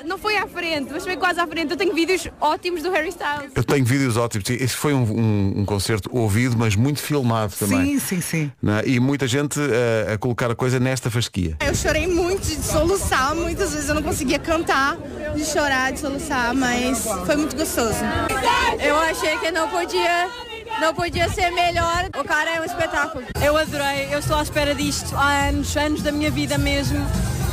[SPEAKER 10] Não foi à frente, mas foi quase à frente. Eu tenho vídeos ótimos do Harry Styles.
[SPEAKER 1] Eu tenho vídeos ótimos. Este foi um, um- um concerto ouvido, mas muito filmado também.
[SPEAKER 3] Sim, sim, sim.
[SPEAKER 1] né? E muita gente eh, a colocar a coisa nesta fasquia.
[SPEAKER 11] É, Eu chorei muito de soluçar, muitas vezes eu não conseguia cantar, de chorar, de soluçar, mas foi muito gostoso.
[SPEAKER 10] Eu achei que não podia, não podia ser melhor. O cara é um espetáculo. Eu adorei, eu estou à espera disto há anos, anos da minha vida mesmo.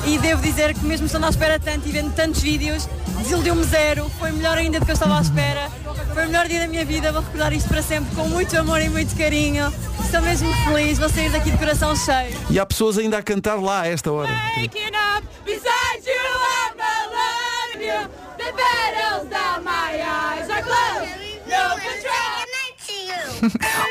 [SPEAKER 10] E devo dizer que mesmo estando à espera tanto e vendo tantos vídeos, desiludiu-me zero. Foi melhor ainda do que eu estava à espera. Foi o melhor dia da minha vida, vou recordar isto para sempre com muito amor e muito carinho. Estou mesmo feliz, vou sair daqui de coração cheio.
[SPEAKER 1] E há pessoas ainda a cantar lá a esta hora.
[SPEAKER 10] Waking up beside you, I'm alive. You, the battles that my eyes are closed. No control.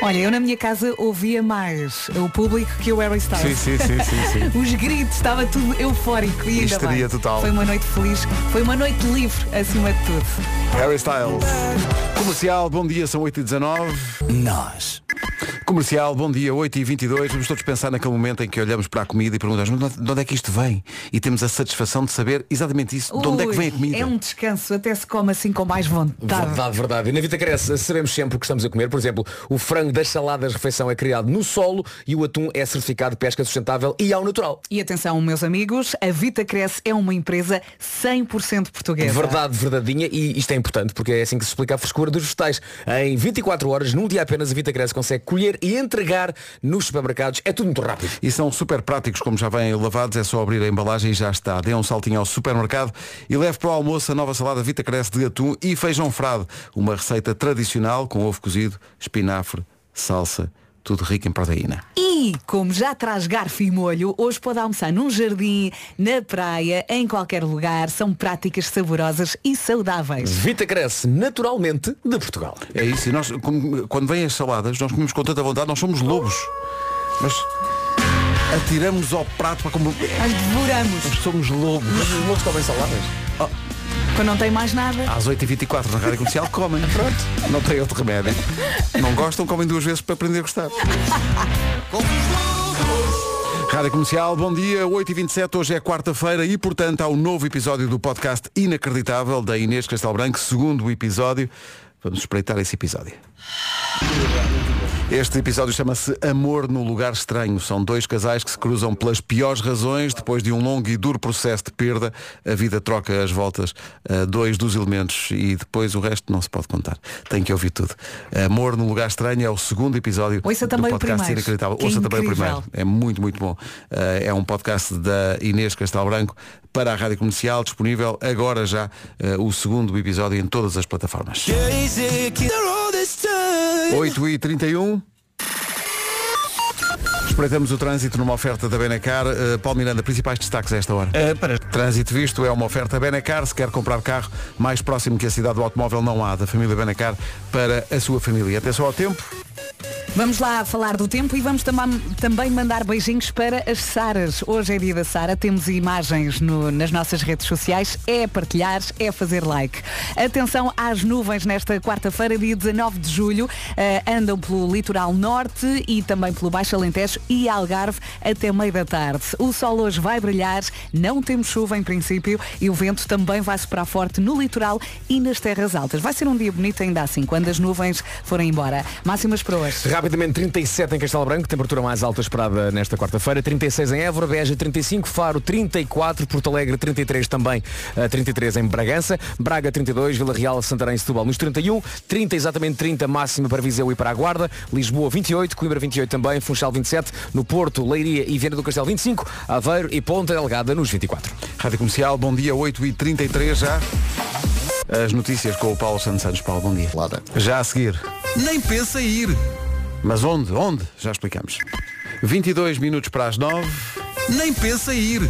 [SPEAKER 3] Olha, eu na minha casa ouvia mais o público que o Harry
[SPEAKER 1] Sim,
[SPEAKER 3] Styles.
[SPEAKER 1] sim, sim, sim, sim.
[SPEAKER 3] Os gritos, estava tudo eufórico e ainda
[SPEAKER 1] Histeria
[SPEAKER 3] bem.
[SPEAKER 1] total.
[SPEAKER 3] Foi uma noite feliz, foi uma noite livre acima de tudo.
[SPEAKER 1] Harry Styles. Comercial, bom dia, são 8h19.
[SPEAKER 2] Nós.
[SPEAKER 1] Comercial, bom dia, 8h22. Vamos todos pensar naquele momento em que olhamos para a comida e perguntamos "Mas de onde é que isto vem? E temos a satisfação de saber exatamente isso. De onde é que
[SPEAKER 3] Ui,
[SPEAKER 1] vem a comida?
[SPEAKER 3] É um descanso, até se come assim com mais vontade.
[SPEAKER 7] Verdade, verdade. E na vida cresce, sabemos sempre o que estamos a comer. Por exemplo, o frango das saladas de refeição é criado no solo e o atum é certificado de pesca sustentável e ao natural.
[SPEAKER 3] E atenção, meus amigos, a Vita Cresce é uma empresa 100% portuguesa.
[SPEAKER 7] Verdade, verdadeira e isto é importante porque é assim que se explica a frescura dos vegetais. Em 24 horas, num dia apenas, a Vita Cresce consegue colher e entregar nos supermercados. É tudo muito rápido.
[SPEAKER 1] E são super práticos, como já vêm lavados, é só abrir a embalagem e já está. Dê um saltinho ao supermercado e leve para o almoço a nova salada Vita Cresce de atum e feijão frade. Uma receita tradicional com ovo cozido, espinafre, salsa, tudo rico em proteína.
[SPEAKER 3] E como já traz garfo e molho, hoje pode almoçar num jardim, na praia, em qualquer lugar. São práticas saborosas e saudáveis.
[SPEAKER 7] Vita Cresce, naturalmente, de Portugal.
[SPEAKER 1] É isso, e nós, como- quando vêm as saladas, nós comemos com tanta vontade, nós somos lobos. Mas atiramos ao prato para como.
[SPEAKER 3] As devoramos,
[SPEAKER 1] Somos lobos.
[SPEAKER 7] Os loucos comem saladas?
[SPEAKER 3] quando não tem mais nada.
[SPEAKER 1] Às 8h24 na Rádio Comercial comem. Pronto. Não tem outro remédio. Não gostam, comem duas vezes para aprender a gostar. Rádio Comercial, bom dia, 8h27, hoje é quarta-feira e, portanto, há um novo episódio do podcast inacreditável da Inês Castelo Branco, segundo episódio. Vamos espreitar esse episódio. Este episódio chama-se Amor no Lugar Estranho. São dois casais que se cruzam pelas piores razões. Depois de um longo e duro processo de perda, a vida troca as voltas a dois dos elementos e depois o resto não se pode contar. Tem que ouvir tudo. Amor no Lugar Estranho é o segundo episódio
[SPEAKER 3] Ouça também
[SPEAKER 1] do
[SPEAKER 3] o
[SPEAKER 1] podcast
[SPEAKER 3] primeiro,
[SPEAKER 1] Inacreditável.
[SPEAKER 3] que é
[SPEAKER 1] Ouça também o
[SPEAKER 3] incrível.
[SPEAKER 1] primeiro. É muito, muito bom. Eh, é um podcast da Inês Castelo Branco para a Rádio Comercial, disponível agora já eh, o segundo episódio em todas as plataformas. 8 e 31 Espreitamos o trânsito numa oferta da Benacar. Eh, Paulo Miranda, principais destaques a esta hora. Trânsito visto é uma oferta Benacar. Se quer comprar carro mais próximo que a cidade do automóvel, não há. Da família Benacar para a sua família. Atenção ao tempo.
[SPEAKER 3] Vamos lá falar do tempo e vamos também, também mandar beijinhos para as Saras. Hoje é dia da Sara, temos imagens no- nas nossas redes sociais, é partilhar, é fazer like. Atenção às nuvens nesta quarta-feira, dia 19 de julho, Eh, andam pelo litoral norte e também pelo Baixo Alentejo e Algarve até meio da tarde. O sol hoje vai brilhar, não temos chuva em princípio e o vento também vai soprar forte no litoral e nas terras altas. Vai ser um dia bonito ainda assim, quando as nuvens forem embora. Máximas para hoje.
[SPEAKER 7] Rapidamente 37 em Castelo Branco, temperatura mais alta esperada nesta quarta-feira, 36 em Évora, Beja 35, Faro 34, Porto Alegre 33 também, eh, 33 em Bragança, Braga 32, Vila Real, Santarém e Setúbal nos 31, 30 exatamente 30 máxima para Viseu e para a Guarda, Lisboa 28, Coimbra 28 também, Funchal 27, no Porto, Leiria e Viana do Castelo 25, Aveiro e Ponta Delgada nos 24.
[SPEAKER 1] Rádio Comercial, bom dia, 8h33 já. As notícias com o Paulo Santos Santos. Paulo, bom dia. Já a seguir. Nem pensa ir. Mas onde? Onde? Já explicamos. 22 minutos para as 9. Nem pensa ir.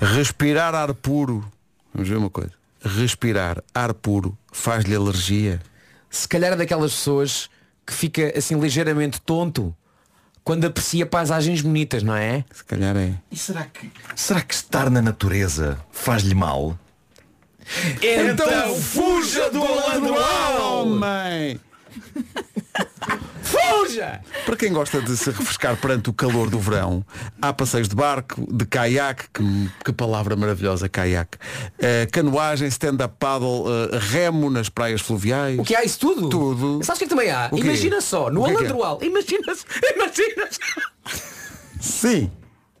[SPEAKER 1] Respirar ar puro. Vamos ver uma coisa. Respirar ar puro faz-lhe alergia.
[SPEAKER 7] Se calhar é daquelas pessoas que fica assim ligeiramente tonto quando aprecia paisagens bonitas, não é?
[SPEAKER 1] Se calhar é.
[SPEAKER 8] E será que. Será que estar na natureza faz-lhe mal?
[SPEAKER 4] Então fuja do
[SPEAKER 1] alandual,
[SPEAKER 4] alandual,
[SPEAKER 1] homem!
[SPEAKER 4] Fuja!
[SPEAKER 1] Para quem gosta de se refrescar perante o calor do verão, há passeios de barco, de caiaque, que, que palavra maravilhosa, caiaque, eh, canoagem, stand-up paddle, eh, remo nas praias fluviais. O que
[SPEAKER 7] há isso tudo?
[SPEAKER 1] Tudo.
[SPEAKER 7] Sabes o que é que também há?
[SPEAKER 1] O quê?
[SPEAKER 7] Imagina só,
[SPEAKER 1] O
[SPEAKER 7] no
[SPEAKER 1] que é que é?
[SPEAKER 7] Alandroal, imagina-se, imagina-se.
[SPEAKER 1] Sim.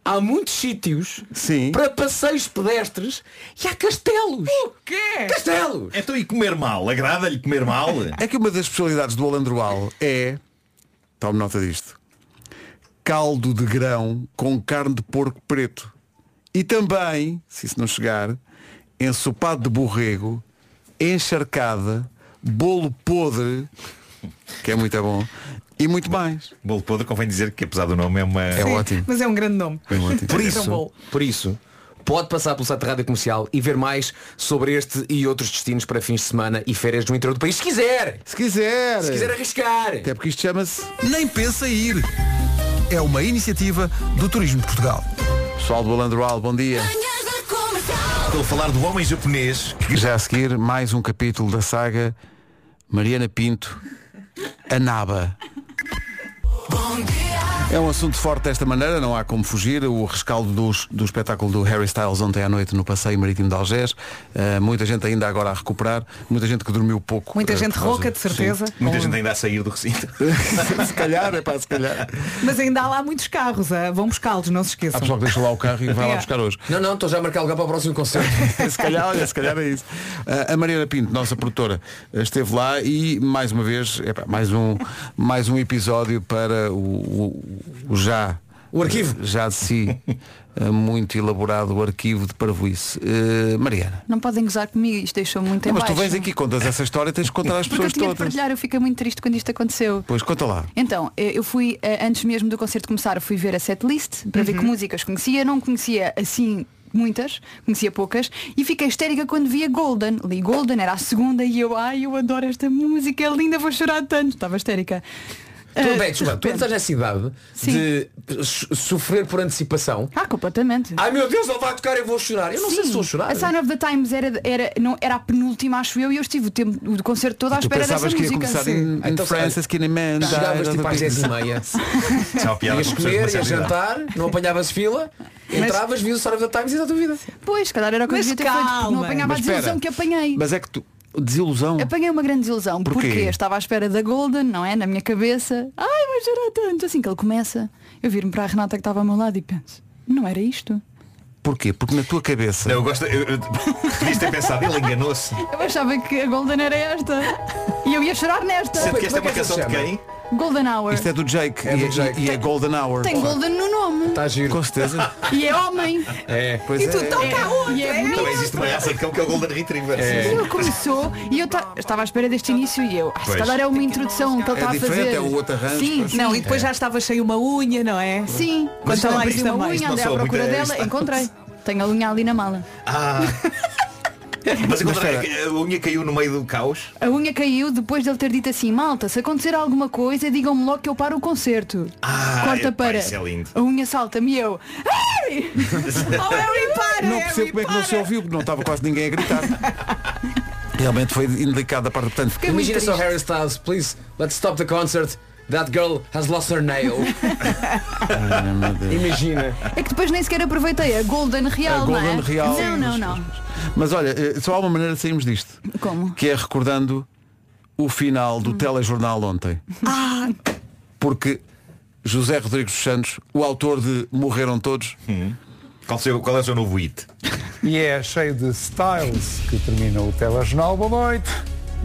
[SPEAKER 7] Há muitos sítios
[SPEAKER 1] Sim.
[SPEAKER 7] para passeios pedestres e há castelos. O quê? Castelos!
[SPEAKER 8] Então e comer mal? Agrada-lhe comer mal?
[SPEAKER 1] É que uma das especialidades do Alandroal é, tome nota disto, caldo de grão com carne de porco preto. E também, se isso não chegar, ensopado de borrego, encharcada, bolo podre, que é muito bom, e muito mais.
[SPEAKER 8] Bolo podre convém dizer que apesar do nome é uma. É
[SPEAKER 3] Mas é um grande nome.
[SPEAKER 7] Por isso, por isso, pode passar pelo site da Rádio Comercial e ver mais sobre este e outros destinos para fins de semana e férias no interior do país, se quiser.
[SPEAKER 1] Se quiser.
[SPEAKER 7] Se quiser arriscar.
[SPEAKER 1] Até porque isto chama-se
[SPEAKER 4] Nem pensa ir. É uma iniciativa do Turismo de Portugal.
[SPEAKER 1] Pessoal do Alandroal, bom dia.
[SPEAKER 8] Estou a falar do homem japonês
[SPEAKER 1] Já a seguir, mais um capítulo da saga Mariana Pinto, Anaba. É um assunto forte desta maneira, não há como fugir. O rescaldo do, do espetáculo do Harry Styles ontem à noite no Passeio Marítimo de Algés. Uh, muita gente ainda agora a recuperar, muita gente que dormiu pouco.
[SPEAKER 3] Muita
[SPEAKER 1] uh,
[SPEAKER 3] gente
[SPEAKER 1] por causa-
[SPEAKER 3] rouca, de certeza.
[SPEAKER 1] Sim.
[SPEAKER 8] Muita gente ainda a sair do recinto.
[SPEAKER 1] se calhar, é pá, se calhar.
[SPEAKER 3] Mas ainda há lá muitos carros, ah, vão buscá-los, não se
[SPEAKER 1] Há
[SPEAKER 3] esqueçam.
[SPEAKER 1] pessoal que deixa lá o carro e vai lá
[SPEAKER 3] É.
[SPEAKER 1] buscar hoje.
[SPEAKER 7] Não, não, estou já a marcar lugar para o próximo concerto.
[SPEAKER 1] se calhar, olha, se calhar é isso. Ah, a Mariana Pinto, nossa produtora, esteve lá e mais uma vez, epá, mais, um, mais um episódio para o, o- o já. eh,
[SPEAKER 7] O arquivo.
[SPEAKER 1] Já de si, ah, muito elaborado o arquivo de Parvoice. Ah, Mariana.
[SPEAKER 10] Não podem gozar comigo, isto deixou-me muito em
[SPEAKER 1] Não, mas tu
[SPEAKER 10] baixo.
[SPEAKER 1] vens aqui, contas essa história, tens de contar às
[SPEAKER 10] Porque eu
[SPEAKER 1] pessoas
[SPEAKER 10] tinha de
[SPEAKER 1] todas.
[SPEAKER 10] partilhar, eu fiquei muito triste quando isto aconteceu.
[SPEAKER 1] Pois conta lá.
[SPEAKER 10] Então, eh, eu fui, eh, antes mesmo do concerto começar, eu fui ver a setlist para
[SPEAKER 1] Uhum.
[SPEAKER 10] ver que músicas conhecia. Não conhecia assim muitas, conhecia poucas. E fiquei histérica quando via Golden. Li Golden, era a segunda e eu, ai, eu adoro esta música, é linda, vou chorar tanto. Estava histérica.
[SPEAKER 7] Tu,
[SPEAKER 10] Eh,
[SPEAKER 7] bem,
[SPEAKER 10] de
[SPEAKER 7] desculpa, tu
[SPEAKER 10] repente-
[SPEAKER 7] estás nessa idade de so- sofrer por antecipação.
[SPEAKER 10] Ah, completamente.
[SPEAKER 7] Ai meu Deus, ele vai tocar e eu vou chorar. Eu não sei
[SPEAKER 10] Sim,
[SPEAKER 7] se vou chorar.
[SPEAKER 10] A Sign of the Times era, era, não, era a penúltima, acho eu, e eu estive o, tempo, o concerto todo à
[SPEAKER 1] Tu
[SPEAKER 10] espera dessa
[SPEAKER 1] pensavas que ia
[SPEAKER 10] música.
[SPEAKER 1] começar
[SPEAKER 10] Sim.
[SPEAKER 1] em, em
[SPEAKER 7] Então,
[SPEAKER 1] Francis Kinnaman.
[SPEAKER 7] Chegavas tipo às 10 e meia. Ias comer, ias jantar, não apanhavas fila,
[SPEAKER 10] Mas-
[SPEAKER 7] entravas, vias o Sign of the Times e da tua vida.
[SPEAKER 10] Pois, se calhar era o que eu
[SPEAKER 7] Mas
[SPEAKER 10] devia ter feito, porque
[SPEAKER 7] calma.
[SPEAKER 10] não apanhava
[SPEAKER 1] Mas
[SPEAKER 10] a
[SPEAKER 1] espera.
[SPEAKER 10] desilusão que apanhei.
[SPEAKER 1] Mas é que tu desilusão.
[SPEAKER 10] Apanhei uma grande desilusão.
[SPEAKER 1] Porquê?
[SPEAKER 10] Porque estava à espera da Golden, não é? Na minha cabeça. Ai, mas era tanto. Assim que ele começa, eu viro-me para a Renata que estava ao meu lado e penso, não era isto?
[SPEAKER 1] Porquê? Porque na tua cabeça.
[SPEAKER 8] Não, eu gosto. Eu, eu, devias ter pensado, ele enganou-se.
[SPEAKER 10] Eu achava que a Golden era esta. E eu ia chorar nesta.
[SPEAKER 8] Sendo que esta é uma canção de quem?
[SPEAKER 10] Golden Hour.
[SPEAKER 1] Isto é do Jake,
[SPEAKER 10] É
[SPEAKER 1] e,
[SPEAKER 10] do
[SPEAKER 1] e-
[SPEAKER 10] Jake.
[SPEAKER 1] e é Golden Hour.
[SPEAKER 10] Tem Golden no nome.
[SPEAKER 7] Tá
[SPEAKER 1] Está giro. Com certeza.
[SPEAKER 10] E é homem.
[SPEAKER 1] É, pois
[SPEAKER 10] e tu
[SPEAKER 1] é.
[SPEAKER 3] "Então
[SPEAKER 10] toca a outra. E é
[SPEAKER 8] Também
[SPEAKER 10] bonito.
[SPEAKER 8] existe uma raça de cão que é o Golden Retriever.
[SPEAKER 10] Sim, ele começou e eu ta- estava à espera deste início e eu, ah, se
[SPEAKER 8] Pois.
[SPEAKER 10] calhar é uma introdução que ele
[SPEAKER 8] É
[SPEAKER 10] está a
[SPEAKER 8] diferente,
[SPEAKER 10] fazer.
[SPEAKER 8] é um outro arranjo,
[SPEAKER 10] Sim,
[SPEAKER 8] pois.
[SPEAKER 3] Não, e depois
[SPEAKER 10] É.
[SPEAKER 3] já estava cheio uma unha, não é?
[SPEAKER 10] Sim,
[SPEAKER 3] Mas
[SPEAKER 10] quando
[SPEAKER 3] também
[SPEAKER 10] eu abri
[SPEAKER 3] isto
[SPEAKER 10] uma
[SPEAKER 3] também. Isto
[SPEAKER 10] unha,
[SPEAKER 3] não
[SPEAKER 10] andei à
[SPEAKER 3] sou
[SPEAKER 10] procura
[SPEAKER 3] muito-
[SPEAKER 10] dela,
[SPEAKER 3] isto-
[SPEAKER 10] encontrei. Tenho a unha ali na mala.
[SPEAKER 8] Ah. Mas agora a unha caiu no meio do caos.
[SPEAKER 10] A unha caiu depois de ele ter dito assim, malta, se acontecer alguma coisa, digam-me logo que eu paro o concerto.
[SPEAKER 8] Ah,
[SPEAKER 10] Corta
[SPEAKER 8] epá,
[SPEAKER 10] para.
[SPEAKER 8] isso é lindo.
[SPEAKER 10] A unha salta-me e eu. Harry!
[SPEAKER 3] é
[SPEAKER 10] oh, Harry, para!
[SPEAKER 1] Não percebo como é que não se ouviu, porque não estava quase ninguém a gritar. Realmente foi indelicado da parte. Portanto,
[SPEAKER 7] Imagina só Harry Styles, please, let's stop the concert. That girl has lost her nail. Imagina.
[SPEAKER 10] É que depois nem sequer aproveitei a Golden Real,
[SPEAKER 1] A Golden
[SPEAKER 10] não é?
[SPEAKER 1] Real.
[SPEAKER 10] Não, não, não.
[SPEAKER 1] Mas olha, eh, só há uma maneira de sairmos disto,
[SPEAKER 10] Como?
[SPEAKER 1] que é recordando o final do telejornal ontem.
[SPEAKER 10] Ah,
[SPEAKER 1] Porque José Rodrigues dos Santos, o autor de Morreram Todos.
[SPEAKER 8] Qual, seu- qual é o seu novo hit?
[SPEAKER 12] E é cheio de styles que termina o telejornal. Boa noite.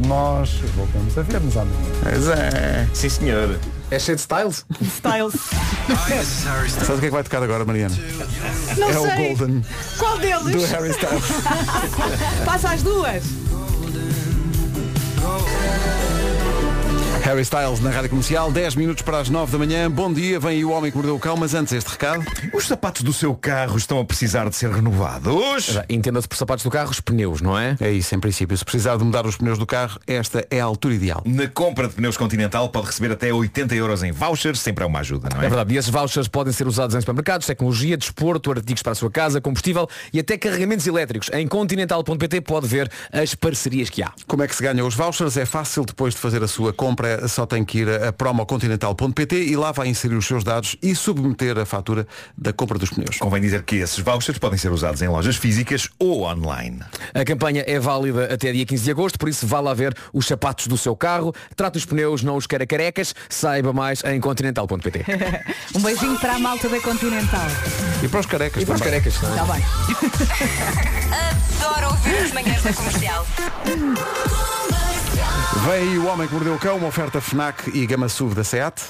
[SPEAKER 12] Nós voltamos a ver-nos amanhã.
[SPEAKER 1] Pois é.
[SPEAKER 8] Sim, senhor.
[SPEAKER 7] É cheio de styles?
[SPEAKER 3] Styles.
[SPEAKER 1] Sabe o que é que vai tocar agora, Mariana?
[SPEAKER 3] Não
[SPEAKER 1] é
[SPEAKER 3] sei.
[SPEAKER 1] o Golden.
[SPEAKER 3] Qual deles?
[SPEAKER 1] Do Harry Styles.
[SPEAKER 3] Passa as duas.
[SPEAKER 1] Harry Styles na Rádio Comercial, 10 minutos para as 9 da manhã. Bom dia, vem aí o homem que mordeu o cão, mas antes este recado.
[SPEAKER 8] Os sapatos do seu carro estão a precisar de ser renovados.
[SPEAKER 7] Entenda-se por sapatos do carro, os pneus, não é?
[SPEAKER 1] É isso, em princípio. Se precisar de mudar os pneus do carro, esta é a altura ideal.
[SPEAKER 8] Na compra de pneus Continental pode receber até 80 euros em vouchers, sempre é uma ajuda, não
[SPEAKER 7] É verdade, e esses vouchers podem ser usados em supermercados, tecnologia, desporto, artigos para a sua casa, combustível e até carregamentos elétricos. Em continental.pt pode ver as parcerias que há.
[SPEAKER 1] Como é que se ganha os vouchers? É fácil depois de fazer a sua compra, só tem que ir a promocontinental.pt e lá vai inserir os seus dados e submeter a fatura da compra dos pneus.
[SPEAKER 8] Convém dizer que esses vouchers podem ser usados em lojas físicas ou online.
[SPEAKER 7] A campanha é válida até dia 15 de agosto, por isso vá lá ver os sapatos do seu carro, trate os pneus, não os queira carecas, saiba mais em continental.pt.
[SPEAKER 3] Um beijinho para a malta da Continental.
[SPEAKER 1] E para os carecas
[SPEAKER 7] E para os
[SPEAKER 1] também.
[SPEAKER 7] carecas.
[SPEAKER 3] Está bem.
[SPEAKER 13] Adoro ouvir as manhãs da comercial.
[SPEAKER 1] Vem aí o homem que mordeu o cão, uma oferta FNAC e Gama SUV da SEAT.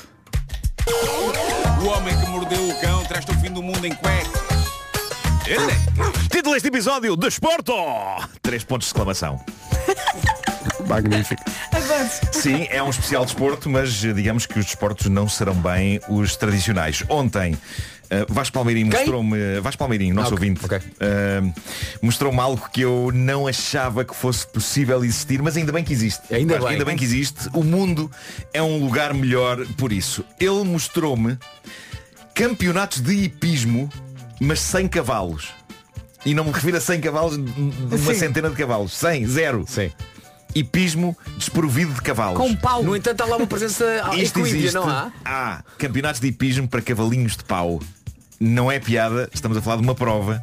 [SPEAKER 14] O homem que mordeu o cão traz-te o fim do mundo em cueca.
[SPEAKER 8] Título deste episódio, Desporto! Três pontos de exclamação.
[SPEAKER 1] Magnífico.
[SPEAKER 8] Sim, é um especial desporto, mas eh, digamos que os desportos não serão bem os tradicionais. Ontem, eh, Vasco Palmeirinho
[SPEAKER 15] Quem?
[SPEAKER 8] mostrou-me, eh, Vasco Palmeirinho, nosso
[SPEAKER 15] Ah, ok,
[SPEAKER 8] ouvinte, eh, mostrou-me algo que eu não achava que fosse possível existir, mas ainda bem que existe.
[SPEAKER 15] Ainda
[SPEAKER 8] Vasco,
[SPEAKER 15] bem.
[SPEAKER 8] ainda bem que existe. O mundo é um lugar melhor por isso. Ele mostrou-me campeonatos de hipismo, mas sem cavalos. E não me refiro a 100 cavalos, de uma
[SPEAKER 7] Sim.
[SPEAKER 8] centena de cavalos. 100, zero.
[SPEAKER 7] Sim.
[SPEAKER 8] Hipismo desprovido de cavalos.
[SPEAKER 7] pau. No entanto, há lá uma presença
[SPEAKER 8] Isto
[SPEAKER 7] equíndia,
[SPEAKER 8] existe.
[SPEAKER 7] não há?
[SPEAKER 8] campeonatos de hipismo para cavalinhos de pau. Não é piada, estamos a falar de uma prova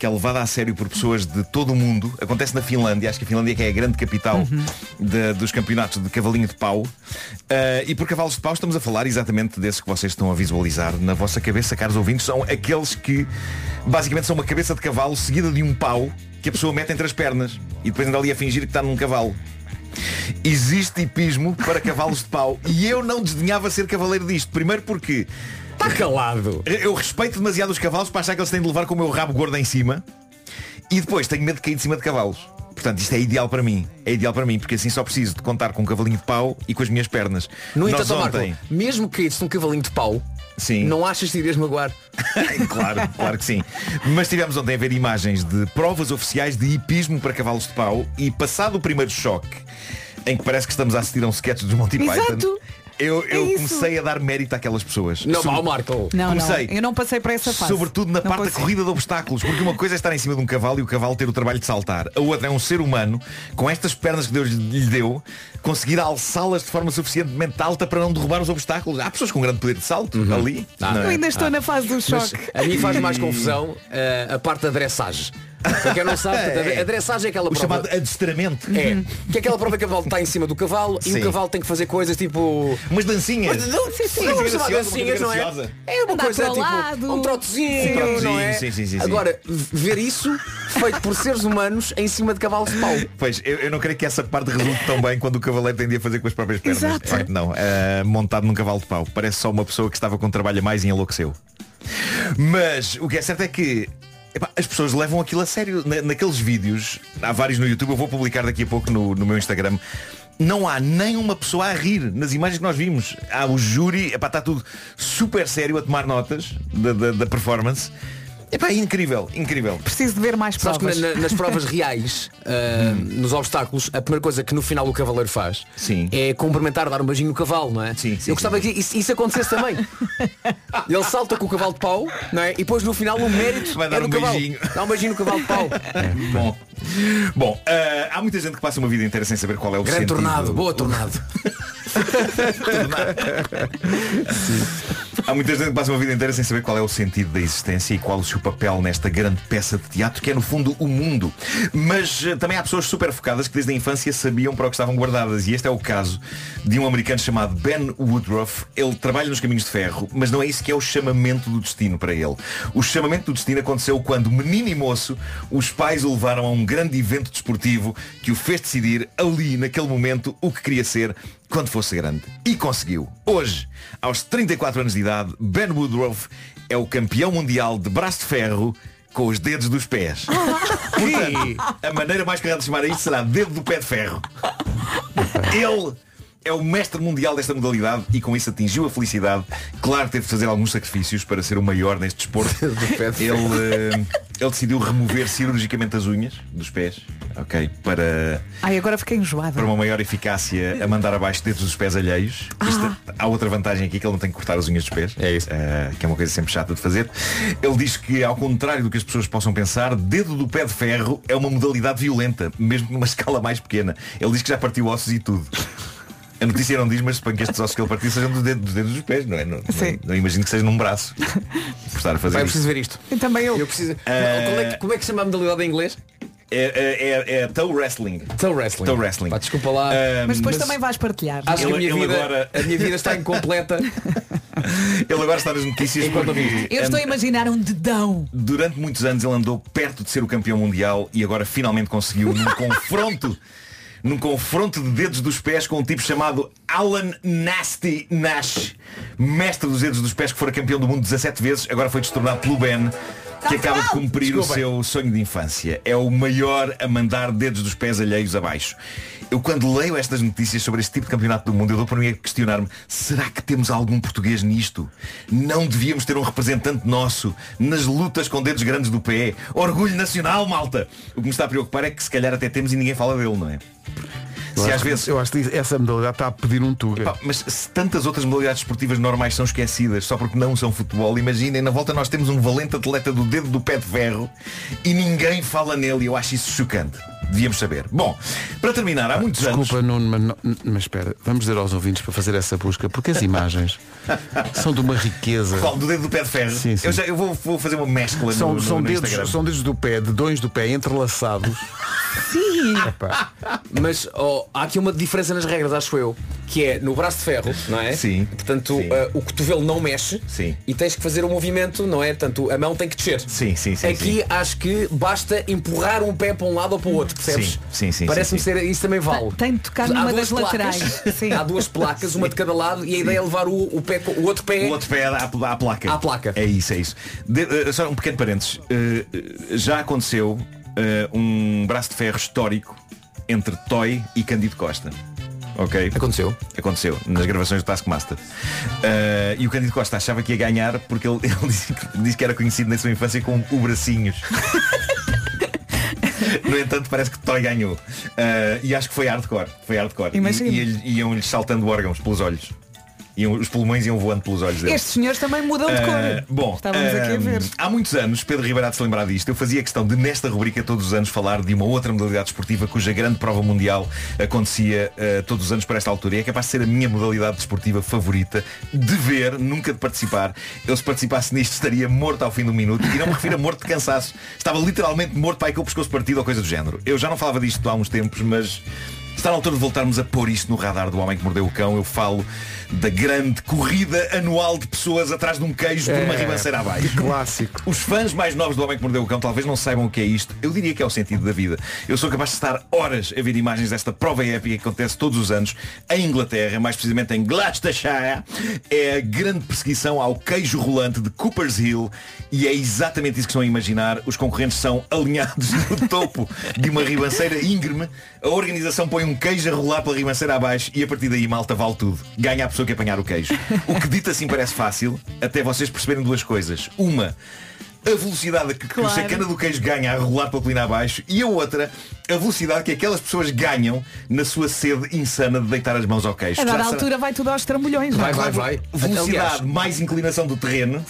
[SPEAKER 8] que é levada a sério por pessoas de todo o mundo. Acontece na Finlândia, acho que a Finlândia que é a grande capital
[SPEAKER 7] Uhum.
[SPEAKER 8] da- dos campeonatos de cavalinho de pau. Ah, e por cavalos de pau estamos a falar exatamente desses que vocês estão a visualizar na vossa cabeça, caros ouvintes. São aqueles que basicamente são uma cabeça de cavalo seguida de um pau que a pessoa mete entre as pernas e depois anda ali a fingir que está num cavalo. Existe hipismo para cavalos de pau e eu não desdenhava ser cavaleiro disto. Primeiro porque. Está
[SPEAKER 7] calado!
[SPEAKER 8] Eu respeito demasiado os cavalos para achar que eles têm de levar com o meu rabo gordo em cima. E depois tenho medo de cair de cima de cavalos. Portanto, isto é ideal para mim. É ideal para mim, porque assim só preciso de contar com um cavalinho de pau e com as minhas pernas.
[SPEAKER 7] No
[SPEAKER 8] Nós
[SPEAKER 7] entanto, ó, Marco,
[SPEAKER 8] ontem-
[SPEAKER 7] mesmo que isso um cavalinho de pau,
[SPEAKER 8] Sim.
[SPEAKER 7] não achas que irias magoar?
[SPEAKER 8] claro, claro que sim. Mas tivemos ontem a ver imagens de provas oficiais de hipismo para cavalos de pau e passado o primeiro choque, em que parece que estamos a assistir a um sketch dos Monty Python,
[SPEAKER 3] Exato.
[SPEAKER 8] eu,
[SPEAKER 3] É
[SPEAKER 8] eu
[SPEAKER 3] isso.
[SPEAKER 8] comecei a dar mérito àquelas pessoas.
[SPEAKER 7] Não,
[SPEAKER 8] Sobre-
[SPEAKER 7] ao Marco.
[SPEAKER 3] Não,
[SPEAKER 8] comecei.
[SPEAKER 3] não. Eu não passei por essa fase.
[SPEAKER 8] Sobretudo na
[SPEAKER 3] Não
[SPEAKER 8] parte da
[SPEAKER 3] consigo.
[SPEAKER 8] corrida de obstáculos, porque uma coisa é estar em cima de um cavalo e o cavalo ter o trabalho de saltar. A outra é um ser humano, com estas pernas que Deus lhe deu, conseguir alçá-las de forma suficientemente alta para não derrubar os obstáculos. Há pessoas com grande poder de salto
[SPEAKER 7] Uhum.
[SPEAKER 8] ali. não é?
[SPEAKER 7] Ah.
[SPEAKER 3] Eu ainda estou na fase do
[SPEAKER 7] Mas
[SPEAKER 3] choque.
[SPEAKER 7] a mim faz mais confusão eh, a parte da dressagem. Para quem não sabe, portanto, a dressagem é aquela
[SPEAKER 8] O
[SPEAKER 7] prova.
[SPEAKER 8] chamado adestramento.
[SPEAKER 7] É. Que é aquela prova que o cavalo está em cima do cavalo e
[SPEAKER 8] Sim. É.
[SPEAKER 7] o cavalo tem que fazer coisas tipo.
[SPEAKER 8] Umas dancinhas.
[SPEAKER 7] Mas, não, sim, sim,
[SPEAKER 8] Uma
[SPEAKER 7] não
[SPEAKER 8] coisa
[SPEAKER 7] vamos chamar
[SPEAKER 8] graciosa, uma
[SPEAKER 7] dancinhas,
[SPEAKER 8] coisa
[SPEAKER 7] não é?
[SPEAKER 8] graciosa.
[SPEAKER 7] É uma
[SPEAKER 8] Andar
[SPEAKER 7] coisa
[SPEAKER 8] para o
[SPEAKER 7] tipo
[SPEAKER 8] lado.
[SPEAKER 7] um trotezinho,
[SPEAKER 8] Sim, trotezinho,
[SPEAKER 7] não é?
[SPEAKER 8] sim, sim, sim, sim.
[SPEAKER 7] Agora, ver isso feito por seres humanos em cima de cavalos de pau.
[SPEAKER 8] Pois, eu, eu não creio que essa parte resulte tão bem quando o cavaleiro tendia a fazer com as próprias pernas.
[SPEAKER 7] Exato.
[SPEAKER 8] De facto, não. Ah, montado num cavalo de pau. Parece só uma pessoa que estava com um trabalho a mais e enlouqueceu. Mas o que é certo é que epá, as pessoas levam aquilo a sério. Na- naqueles vídeos, há vários no YouTube, eu vou publicar daqui a pouco no, no meu Instagram. Não há nem uma pessoa a rir nas imagens que nós vimos. Há o júri, epá, está tudo super sério a tomar notas da, da, da performance. Epá, é incrível, incrível.
[SPEAKER 3] Preciso de ver mais
[SPEAKER 7] Sabes
[SPEAKER 3] provas.
[SPEAKER 7] que na- na- nas provas reais, ah,
[SPEAKER 8] Hum.
[SPEAKER 7] nos obstáculos, a primeira coisa que no final o cavaleiro faz é cumprimentar, dar um beijinho no cavalo, não é? Eu gostava que isso, isso acontecesse também. Ele salta com o cavalo de pau, não é? E depois no final o mérito
[SPEAKER 8] Vai dar
[SPEAKER 7] é do
[SPEAKER 8] um
[SPEAKER 7] cavalo.
[SPEAKER 8] beijinho.
[SPEAKER 7] Dá um beijinho no cavalo de pau.
[SPEAKER 8] Bom, Bom ah, há muita gente que passa uma vida inteira sem saber qual é o
[SPEAKER 7] Grande
[SPEAKER 8] sentido.
[SPEAKER 7] tornado, boa tornado.
[SPEAKER 8] Há muita gente que passa uma vida inteira sem saber qual é o sentido da existência e qual o seu papel nesta grande peça de teatro que é no fundo o mundo. Mas eh, também há pessoas super focadas que desde a infância sabiam para o que estavam guardadas e este é o caso de um americano chamado Ben Woodruff. Ele trabalha nos caminhos de ferro, mas não é isso que é o chamamento do destino para ele. O chamamento do destino aconteceu quando menino e moço os pais o levaram a um grande evento desportivo que o fez decidir ali naquele momento o que queria ser quando fosse grande. E conseguiu. Hoje, aos 34 anos de idade, Ben Woodruff é o campeão mundial de braço de ferro com os dedos dos pés. Portanto, a maneira mais correta de chamar isto será dedo do pé de ferro. Ele é o mestre mundial desta modalidade e com isso atingiu a felicidade. Claro que teve de fazer alguns sacrifícios para ser o maior neste desporto. ele, eh, ele decidiu remover cirurgicamente as unhas dos pés, ok, para
[SPEAKER 3] Ai, agora fiquei enjoada.
[SPEAKER 8] para uma maior eficácia a mandar abaixo dedos dos pés alheios.
[SPEAKER 3] Ah.
[SPEAKER 8] Isto- há outra vantagem aqui que ele não tem que cortar as unhas dos pés. É isso. que é uma coisa sempre chata de fazer. Ele diz que, ao contrário do que as pessoas possam pensar, dedo do pé de ferro é uma modalidade violenta, mesmo numa escala mais pequena. Ele diz que já partiu ossos e tudo. A notícia não diz, mas suponho que estes ossos que ele partiu sejam do dedo- dos dedos dos pés, não é? Não, não-
[SPEAKER 3] Sim.
[SPEAKER 8] não imagino que seja num braço. Por estar a fazer
[SPEAKER 7] Vai, eu
[SPEAKER 8] isto.
[SPEAKER 7] preciso ver isto.
[SPEAKER 3] Eu também eu.
[SPEAKER 7] preciso...
[SPEAKER 8] Eh,
[SPEAKER 7] Como, é que, como é que se chama a modalidade em inglês?
[SPEAKER 8] É, é, é, é toe wrestling.
[SPEAKER 7] Toe wrestling.
[SPEAKER 8] Toe wrestling. Ah,
[SPEAKER 7] desculpa lá.
[SPEAKER 3] Mas depois também vais partilhar.
[SPEAKER 7] Acho que a
[SPEAKER 8] Ele-
[SPEAKER 7] minha,
[SPEAKER 8] ele
[SPEAKER 7] vida,
[SPEAKER 8] agora-
[SPEAKER 7] a minha vida está incompleta.
[SPEAKER 8] Ele agora está nas notícias
[SPEAKER 7] Enquanto
[SPEAKER 8] porque
[SPEAKER 3] Eu estou a imaginar um dedão.
[SPEAKER 8] durante muitos anos ele andou perto de ser o campeão mundial e agora finalmente conseguiu num confronto num confronto de dedos dos pés com um tipo chamado Alan Nasty Nash mestre dos dedos dos pés que fora campeão do mundo 17 vezes agora foi destornado pelo Ben que acaba de cumprir o
[SPEAKER 7] Desculpem.
[SPEAKER 8] seu sonho de infância é o maior a mandar dedos dos pés alheios abaixo eu quando leio estas notícias sobre este tipo de campeonato do mundo eu dou para mim a questionar-me será que temos algum português nisto não devíamos ter um representante nosso nas lutas com dedos grandes do pé orgulho nacional malta o que me está a preocupar é que se calhar até temos e ninguém fala dele não é se às vezes
[SPEAKER 1] Eu acho que essa modalidade está a pedir um tuga.
[SPEAKER 8] Pá, mas se tantas outras modalidades esportivas normais são esquecidas só porque não são futebol, imaginem, na volta nós temos um valente atleta do dedo do pé de ferro e ninguém fala nele e eu acho isso chocante. Devíamos saber. Bom, para terminar, há muitos anos.
[SPEAKER 1] Ah, Desculpa, Nuno, mas, não- mas espera, vamos dizer aos ouvintes para fazer essa busca, porque as imagens são de uma riqueza.
[SPEAKER 8] Qual do dedo do pé de ferro?
[SPEAKER 1] Sim, sim.
[SPEAKER 8] Eu, já, eu vou, vou fazer uma mescla
[SPEAKER 1] São,
[SPEAKER 8] no, no,
[SPEAKER 1] são,
[SPEAKER 8] no Instagram.
[SPEAKER 1] dedos, são dedos do pé, dedões do pé entrelaçados.
[SPEAKER 3] Sim.
[SPEAKER 7] Mas ó, há aqui uma diferença nas regras, acho eu, que é no braço de ferro, não é? Sim. Portanto, ah, o cotovelo não mexe
[SPEAKER 8] Sim.
[SPEAKER 7] e tens que fazer o movimento, não é? Portanto, a mão tem que descer.
[SPEAKER 8] Sim, sim, sim.
[SPEAKER 7] Aqui acho que basta empurrar um pé para um lado ou para o outro, percebes?
[SPEAKER 8] Sim, sim, sim,
[SPEAKER 7] Parece-me
[SPEAKER 8] sim,
[SPEAKER 7] ser, isso também vale.
[SPEAKER 3] Tem de tocar numa das
[SPEAKER 7] duas placas.
[SPEAKER 3] laterais.
[SPEAKER 7] Há duas placas, uma de cada lado e a ideia é levar o, o pé, com- o outro pé.
[SPEAKER 8] O outro pé à, à placa. À placa. É isso, é isso. De- eh, só um pequeno parênteses. Eh, eh, já aconteceu eh, um braço de ferro histórico entre Toy e Candido Costa. Ok?
[SPEAKER 7] Aconteceu.
[SPEAKER 8] Aconteceu, nas gravações do Taskmaster. Eh, e o Candido Costa achava que ia ganhar porque ele, ele disse, que, disse que era conhecido na sua infância como o Bracinhos. No entanto, parece que Toy ganhou. Eh, e acho que foi hardcore. Foi hardcore.
[SPEAKER 3] Imagino.
[SPEAKER 8] E, e ele- iam-lhe saltando órgãos pelos olhos. Iam- os pulmões iam voando pelos olhos dele.
[SPEAKER 3] Estes senhores também mudam de
[SPEAKER 8] Ah,
[SPEAKER 3] cor.
[SPEAKER 1] Eh,
[SPEAKER 8] bom,
[SPEAKER 3] é Estávamos aqui a
[SPEAKER 8] ah,
[SPEAKER 3] ver.
[SPEAKER 8] Há muitos anos, Pedro Ribeiro há de se lembrar disto, eu fazia questão de, nesta rubrica, todos os anos falar de uma outra modalidade esportiva cuja grande prova mundial acontecia ah, todos os anos para esta altura. E é capaz de ser a minha modalidade desportiva favorita, de ver, nunca de participar. Eu, se participasse nisto, estaria morto ao fim do minuto. E não me refiro a morto de cansaço. Estava literalmente morto para aí com o pescoço partido ou coisa do género. Eu já não falava disto há uns tempos, mas... Está na altura de voltarmos a pôr isto no radar do homem que mordeu o cão. Eu falo da grande corrida anual de pessoas atrás de um queijo por uma
[SPEAKER 1] É,
[SPEAKER 8] ribanceira abaixo.
[SPEAKER 1] que clássico.
[SPEAKER 8] Os fãs mais novos do Homem que Mordeu o Cão talvez não saibam o que é isto. Eu diria que é o sentido da vida. Eu sou capaz de estar horas a ver imagens desta prova épica que acontece todos os anos em Inglaterra, mais precisamente em Gloucestershire. É a grande perseguição ao queijo rolante de Cooper's Hill e é exatamente isso que estão a imaginar. Os concorrentes são alinhados no topo de uma ribanceira íngreme. A organização põe um queijo a rolar pela ribanceira abaixo e a partir daí malta vale tudo. Ganha a pessoa que apanhar o queijo. O que dito assim parece fácil, até vocês perceberem duas coisas. Uma, a velocidade que, que o
[SPEAKER 15] Claro.
[SPEAKER 8] sacana do queijo ganha a rolar pela colina abaixo e a outra, a velocidade que aquelas pessoas ganham na sua sede insana de deitar as mãos ao queijo.
[SPEAKER 3] A dada
[SPEAKER 8] Já será-
[SPEAKER 3] altura vai tudo aos trambolhões. não é?
[SPEAKER 8] Velocidade mais inclinação do terreno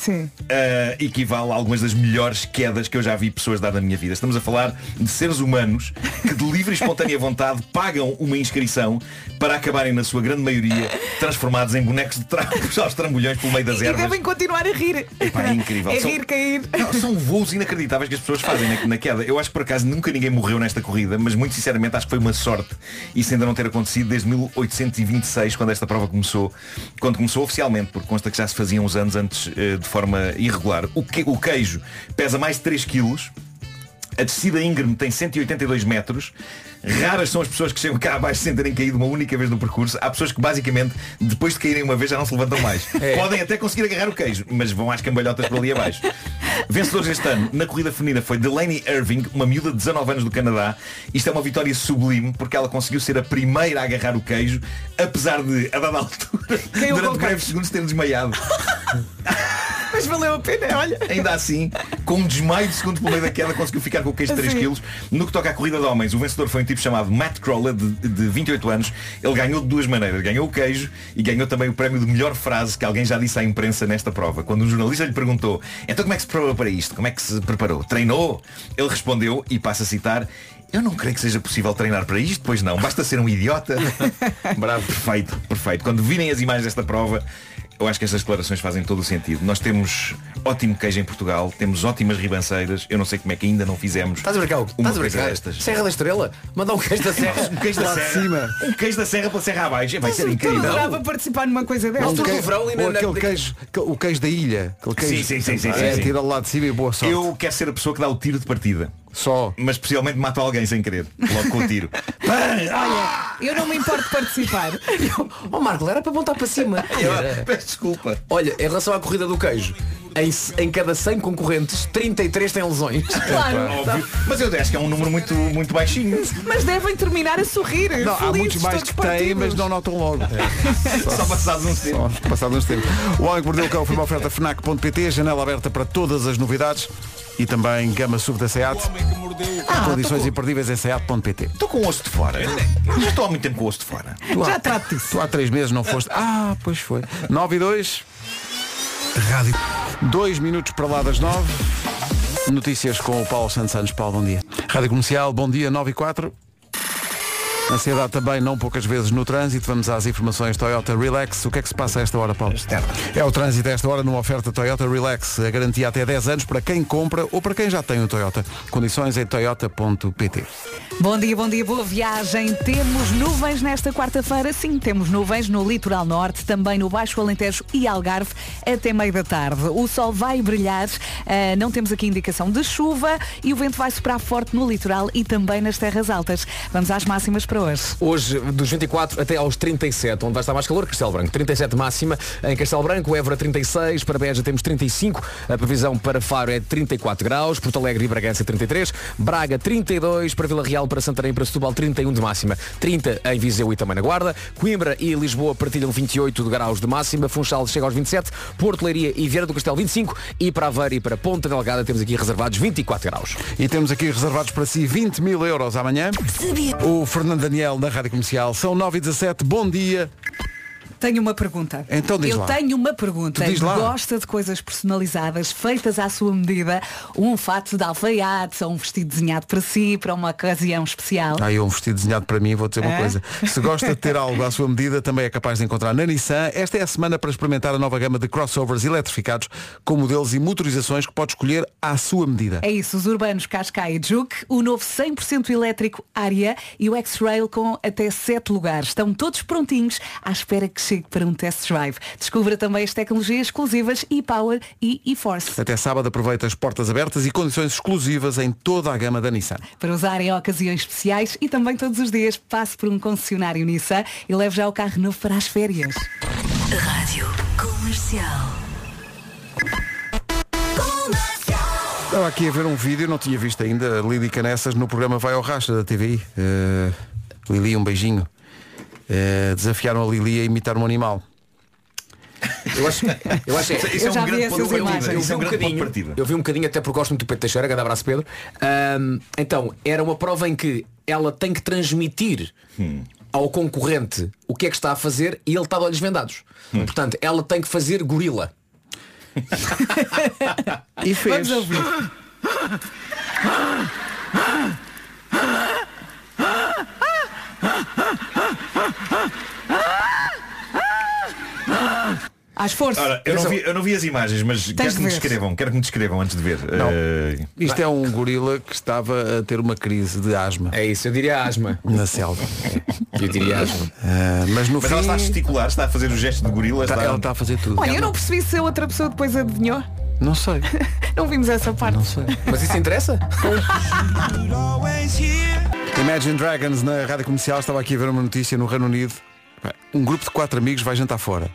[SPEAKER 8] eh, equivale a algumas das melhores quedas que eu já vi pessoas dar na minha vida. Estamos a falar de seres humanos que de livre e espontânea vontade pagam uma inscrição para acabarem, na sua grande maioria, transformados em bonecos de trapos aos trambolhões pelo meio das
[SPEAKER 3] E
[SPEAKER 8] ervas.
[SPEAKER 3] devem continuar a rir.
[SPEAKER 8] Epá, é incrível.
[SPEAKER 3] É
[SPEAKER 8] São-
[SPEAKER 3] rir, cair.
[SPEAKER 8] Não, são voos inacreditáveis que as pessoas fazem na, na queda. Eu acho que por acaso nunca ninguém morreu nesta corrida, mas muito sinceramente acho que foi uma sorte isso ainda não ter acontecido desde 1826, quando esta prova começou, quando começou oficialmente, porque consta que já se fazia uns anos antes eh, de forma irregular. O, que, o queijo pesa mais de 3 quilos. A descida íngreme tem 182 metros. Raras são as pessoas que chegam cá abaixo sem terem caído uma única vez no percurso. Há pessoas que basicamente, depois de caírem uma vez, já não se levantam mais.
[SPEAKER 15] É.
[SPEAKER 8] Podem até conseguir agarrar o queijo, mas vão às cambalhotas por ali abaixo. Vencedores este ano na corrida feminina foi Delaney Irving, uma miúda de 19 anos do Canadá. Isto é uma vitória sublime porque ela conseguiu ser a primeira a agarrar o queijo, apesar de, a dada altura, durante breves segundos ter desmaiado.
[SPEAKER 3] Mas valeu a pena, olha.
[SPEAKER 8] Ainda assim, com um desmaio de segundos pelo meio da queda, conseguiu ficar com o queijo de 3
[SPEAKER 15] Sim.
[SPEAKER 8] quilos. No que toca à corrida de homens, o vencedor foi um tipo chamado Matt Crawler, de, de 28 anos. Ele ganhou de duas maneiras. Ganhou o queijo e ganhou também o prémio de melhor frase que alguém já disse à imprensa nesta prova. Quando um jornalista lhe perguntou, então como é que se preparou para isto? Como é que se preparou? Treinou? Ele respondeu, e passa a citar, eu não creio que seja possível treinar para isto, pois não. Basta ser um idiota. Bravo. Perfeito, perfeito. Quando virem as imagens desta prova, eu acho que estas declarações fazem todo o sentido. Nós temos ótimo queijo em Portugal, temos ótimas ribanceiras. Eu não sei como é que ainda não fizemos.
[SPEAKER 7] Estás a brincar? Hugo?
[SPEAKER 8] Uma
[SPEAKER 7] Estás a
[SPEAKER 8] coisa
[SPEAKER 7] brincar?
[SPEAKER 8] destas.
[SPEAKER 7] Serra da Estrela? Manda um queijo da Serra.
[SPEAKER 8] Um queijo da serra. Um queijo da serra pela serra abaixo. Vai ser
[SPEAKER 3] Eu
[SPEAKER 8] incrível.
[SPEAKER 3] adorava participar numa coisa
[SPEAKER 1] Ou
[SPEAKER 8] É
[SPEAKER 3] dessas.
[SPEAKER 1] aquele- Um ou aquele queijo, aquele- o queijo da ilha. Aquele queijo
[SPEAKER 8] Sim, sim, sim, sim,
[SPEAKER 1] é,
[SPEAKER 8] sim, sim.
[SPEAKER 1] tira lá de cima e boa sorte.
[SPEAKER 8] Eu quero ser a pessoa que dá o tiro de partida.
[SPEAKER 1] Só.
[SPEAKER 8] Mas possivelmente mato alguém sem querer. Logo com o tiro.
[SPEAKER 3] Olha, eu não me importo de participar.
[SPEAKER 7] Oh Marco, era para apontar para cima.
[SPEAKER 8] Peço desculpa.
[SPEAKER 7] Olha, em relação à corrida do queijo, em, em cada 100 concorrentes, 33 têm lesões.
[SPEAKER 3] Claro.
[SPEAKER 8] Óbvio. Mas eu acho que é um número muito, muito baixinho.
[SPEAKER 3] Mas devem terminar a sorrir.
[SPEAKER 1] Não, há
[SPEAKER 3] felizes,
[SPEAKER 1] muitos mais
[SPEAKER 3] todos
[SPEAKER 1] que têm,
[SPEAKER 3] partidos.
[SPEAKER 1] mas não notam logo.
[SPEAKER 8] Só um passados uns tempos.
[SPEAKER 1] Só passados uns tempos. O Homem que Mordeu o Cão foi uma oferta FNAC.pt, janela aberta para todas as novidades e também gama sub da SEAT. Condições imperdíveis em SEAT.pt.
[SPEAKER 8] Estou com o osso de fora. Já estou há muito tempo com o osso de fora.
[SPEAKER 3] é
[SPEAKER 1] Tu há, Tu há três meses não foste. Ah, pois foi. 9 e 2. Rádio. Dois minutos para lá das 9. Notícias com o Paulo Santos Santos. Paulo, bom dia. Rádio Comercial, bom dia, 9 e 4. Ansiedade também, não poucas vezes no trânsito. Vamos às informações Toyota Relax. O que é que se passa a esta hora, Paulo? É o trânsito a esta hora numa oferta Toyota Relax. A garantia até 10 anos para quem compra ou para quem já tem o Toyota. Condições em toyota.pt.
[SPEAKER 3] Bom dia, bom dia, boa viagem. Temos nuvens nesta quarta-feira, sim, temos nuvens no litoral norte, também no Baixo Alentejo e Algarve até meio da tarde. O sol vai brilhar, ah, não temos aqui indicação de chuva e o vento vai soprar forte no litoral e também nas terras altas. Vamos às máximas para hoje.
[SPEAKER 7] Hoje, dos 24 até aos 37, onde vai estar mais calor, Castelo Branco. 37 máxima em Castelo Branco, Évora 36, para Beja temos 35, a previsão para Faro é 34 graus, Porto Alegre e Bragança 33, Braga 32, para Vila Real, para Santarém e para Setúbal 31 de máxima, 30 em Viseu e também na Guarda, Coimbra e Lisboa partilham 28 de graus de máxima, Funchal chega aos 27, Porto Leiria e Vieira do Castelo 25 e para Aveiro e para Ponta Delgada temos aqui reservados 24 graus.
[SPEAKER 1] E temos aqui reservados para si 20 mil euros amanhã. O Fernando Daniel na Rádio Comercial. São 9 e 17 Bom dia.
[SPEAKER 3] Tenho uma pergunta.
[SPEAKER 1] Então diz
[SPEAKER 3] Eu
[SPEAKER 1] lá.
[SPEAKER 3] tenho uma pergunta.
[SPEAKER 1] Tu diz lá.
[SPEAKER 3] Gosta de coisas personalizadas, feitas à sua medida, um fato de alfaiate, ou um vestido desenhado para si, para uma ocasião especial.
[SPEAKER 1] Há aí um vestido desenhado para mim, vou dizer uma
[SPEAKER 3] É?
[SPEAKER 1] coisa. Se gosta de ter algo à sua medida, também é capaz de encontrar na Nissan. Esta é a semana para experimentar a nova gama de crossovers eletrificados, com modelos e motorizações que pode escolher à sua medida.
[SPEAKER 3] É isso, os urbanos Cascai e Juke, o novo 100% elétrico Aria e o X-Rail com até 7 lugares. Estão todos prontinhos à espera que chegue para um test drive. Descubra também as tecnologias exclusivas e-Power e e-Force.
[SPEAKER 1] Até sábado aproveita as portas abertas e condições exclusivas em toda a gama da Nissan.
[SPEAKER 3] para usar em ocasiões especiais e também todos os dias passe por um concessionário Nissan e leve já o carro novo para as férias.
[SPEAKER 13] Rádio Comercial.
[SPEAKER 1] Estava aqui a ver um vídeo, não tinha visto ainda, Lili Canessas no programa Vai ao Racha da TVI. Eh, Lili, um beijinho. Eh, desafiaram a Lili a imitar um animal.
[SPEAKER 7] Eu acho, eu acho que
[SPEAKER 1] Eu já vi essas imagens.
[SPEAKER 7] Eu
[SPEAKER 1] Isso
[SPEAKER 7] vi,
[SPEAKER 1] é um
[SPEAKER 7] um
[SPEAKER 1] grande ponto de
[SPEAKER 7] bocadinho, eu vi um bocadinho, até porque gosto muito do Pedro Teixeira, grande abraço Pedro. Ahm, então, era uma prova em que ela tem que transmitir
[SPEAKER 1] Hum.
[SPEAKER 7] ao concorrente o que é que está a fazer e ele está de olhos vendados.
[SPEAKER 1] Hum.
[SPEAKER 7] Portanto, ela tem que fazer gorila.
[SPEAKER 1] e fez.
[SPEAKER 3] Às forças.
[SPEAKER 8] Ora, eu, não vi, eu não vi as imagens, mas quero que
[SPEAKER 3] de ver.
[SPEAKER 8] me descrevam, quero que me descrevam antes de ver.
[SPEAKER 1] Não.
[SPEAKER 8] Eh,
[SPEAKER 1] Isto é um gorila que estava a ter uma crise de asma.
[SPEAKER 7] É isso, eu diria asma.
[SPEAKER 1] Na selva.
[SPEAKER 7] Eu diria asma.
[SPEAKER 1] mas no
[SPEAKER 8] Mas
[SPEAKER 1] fim...
[SPEAKER 8] ela está a gesticular, está a fazer o gesto de gorila.
[SPEAKER 1] Está- Tá, ela está a fazer tudo.
[SPEAKER 3] Olha, eu não percebi se a outra pessoa depois adivinhou.
[SPEAKER 1] Não sei.
[SPEAKER 3] Não vimos essa parte. Não
[SPEAKER 1] sei.
[SPEAKER 7] Mas isso interessa?
[SPEAKER 1] Imagine Dragons na rádio comercial, estava aqui a ver uma notícia no Reino Unido. Pá, Um grupo de quatro amigos vai jantar fora.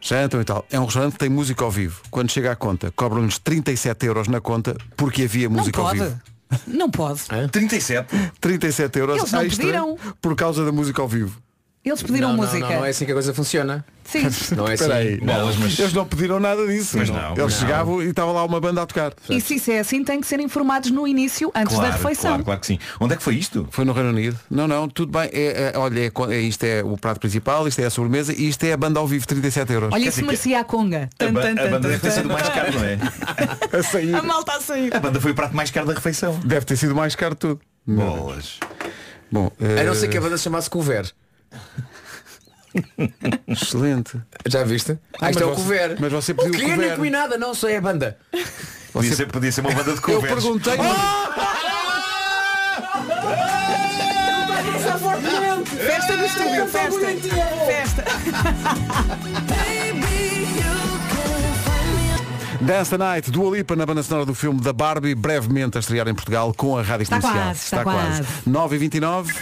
[SPEAKER 1] Jantam e tal. É um restaurante que tem música ao vivo. Quando chega à conta, cobram-nos 37 euros na conta porque havia
[SPEAKER 3] Não
[SPEAKER 1] música ao
[SPEAKER 3] pode.
[SPEAKER 1] vivo. É?
[SPEAKER 3] Não pode.
[SPEAKER 8] 37?
[SPEAKER 1] 37 euros
[SPEAKER 3] Eles não
[SPEAKER 1] extra
[SPEAKER 3] pediram.
[SPEAKER 1] por causa da música ao vivo.
[SPEAKER 3] Eles pediram
[SPEAKER 7] não, não,
[SPEAKER 3] música.
[SPEAKER 7] Não, não é assim que a coisa funciona.
[SPEAKER 3] Sim.
[SPEAKER 7] Não é assim.
[SPEAKER 1] Espera aí.
[SPEAKER 7] Bolas, mas-
[SPEAKER 1] Eles não pediram nada disso.
[SPEAKER 7] Pois
[SPEAKER 1] Não.
[SPEAKER 7] não,
[SPEAKER 1] Eles
[SPEAKER 7] não.
[SPEAKER 1] chegavam e estava lá uma banda a tocar.
[SPEAKER 3] E se isso é assim, tem que ser informados no início, antes
[SPEAKER 1] Claro,
[SPEAKER 3] da refeição.
[SPEAKER 1] claro,
[SPEAKER 8] claro que sim. Onde é que foi isto?
[SPEAKER 1] Foi no Reino Unido. Não, não, tudo bem. É, é, olha, é co- é, isto é o prato principal, isto é a sobremesa e isto é a banda ao vivo, 37 euros.
[SPEAKER 3] Olha, isso merecia a conga.
[SPEAKER 8] A,
[SPEAKER 3] Tan,
[SPEAKER 8] ba-
[SPEAKER 3] tan,
[SPEAKER 8] a
[SPEAKER 3] tan,
[SPEAKER 8] banda
[SPEAKER 3] tan,
[SPEAKER 8] deve ter
[SPEAKER 3] tan.
[SPEAKER 8] sido o mais caro, não é?
[SPEAKER 1] A sair.
[SPEAKER 3] A malta a sair.
[SPEAKER 8] A banda foi o prato mais caro da refeição.
[SPEAKER 1] Deve ter sido mais caro tudo.
[SPEAKER 8] Bolas.
[SPEAKER 1] Bom,
[SPEAKER 7] A
[SPEAKER 1] eh,
[SPEAKER 7] não ser que a banda chamasse Cover.
[SPEAKER 1] Excelente.
[SPEAKER 7] Já viste? Ah,
[SPEAKER 1] Ah, mas
[SPEAKER 7] isto é o
[SPEAKER 1] você-
[SPEAKER 7] Cover.
[SPEAKER 1] mas você pediu
[SPEAKER 7] o quê?
[SPEAKER 1] couvert.
[SPEAKER 7] Nem comi nada, não, só é a banda.
[SPEAKER 8] Podia, ser, podia ser uma banda de covers.
[SPEAKER 1] perguntei-
[SPEAKER 3] Festa no estúdio, festa. Festa.
[SPEAKER 1] Dance the Night, Dua Lipa na banda sonora do filme da Barbie, brevemente a estrear em Portugal com a Rádio
[SPEAKER 3] Está
[SPEAKER 1] Comercial.
[SPEAKER 3] quase, está quase.
[SPEAKER 1] 9h29.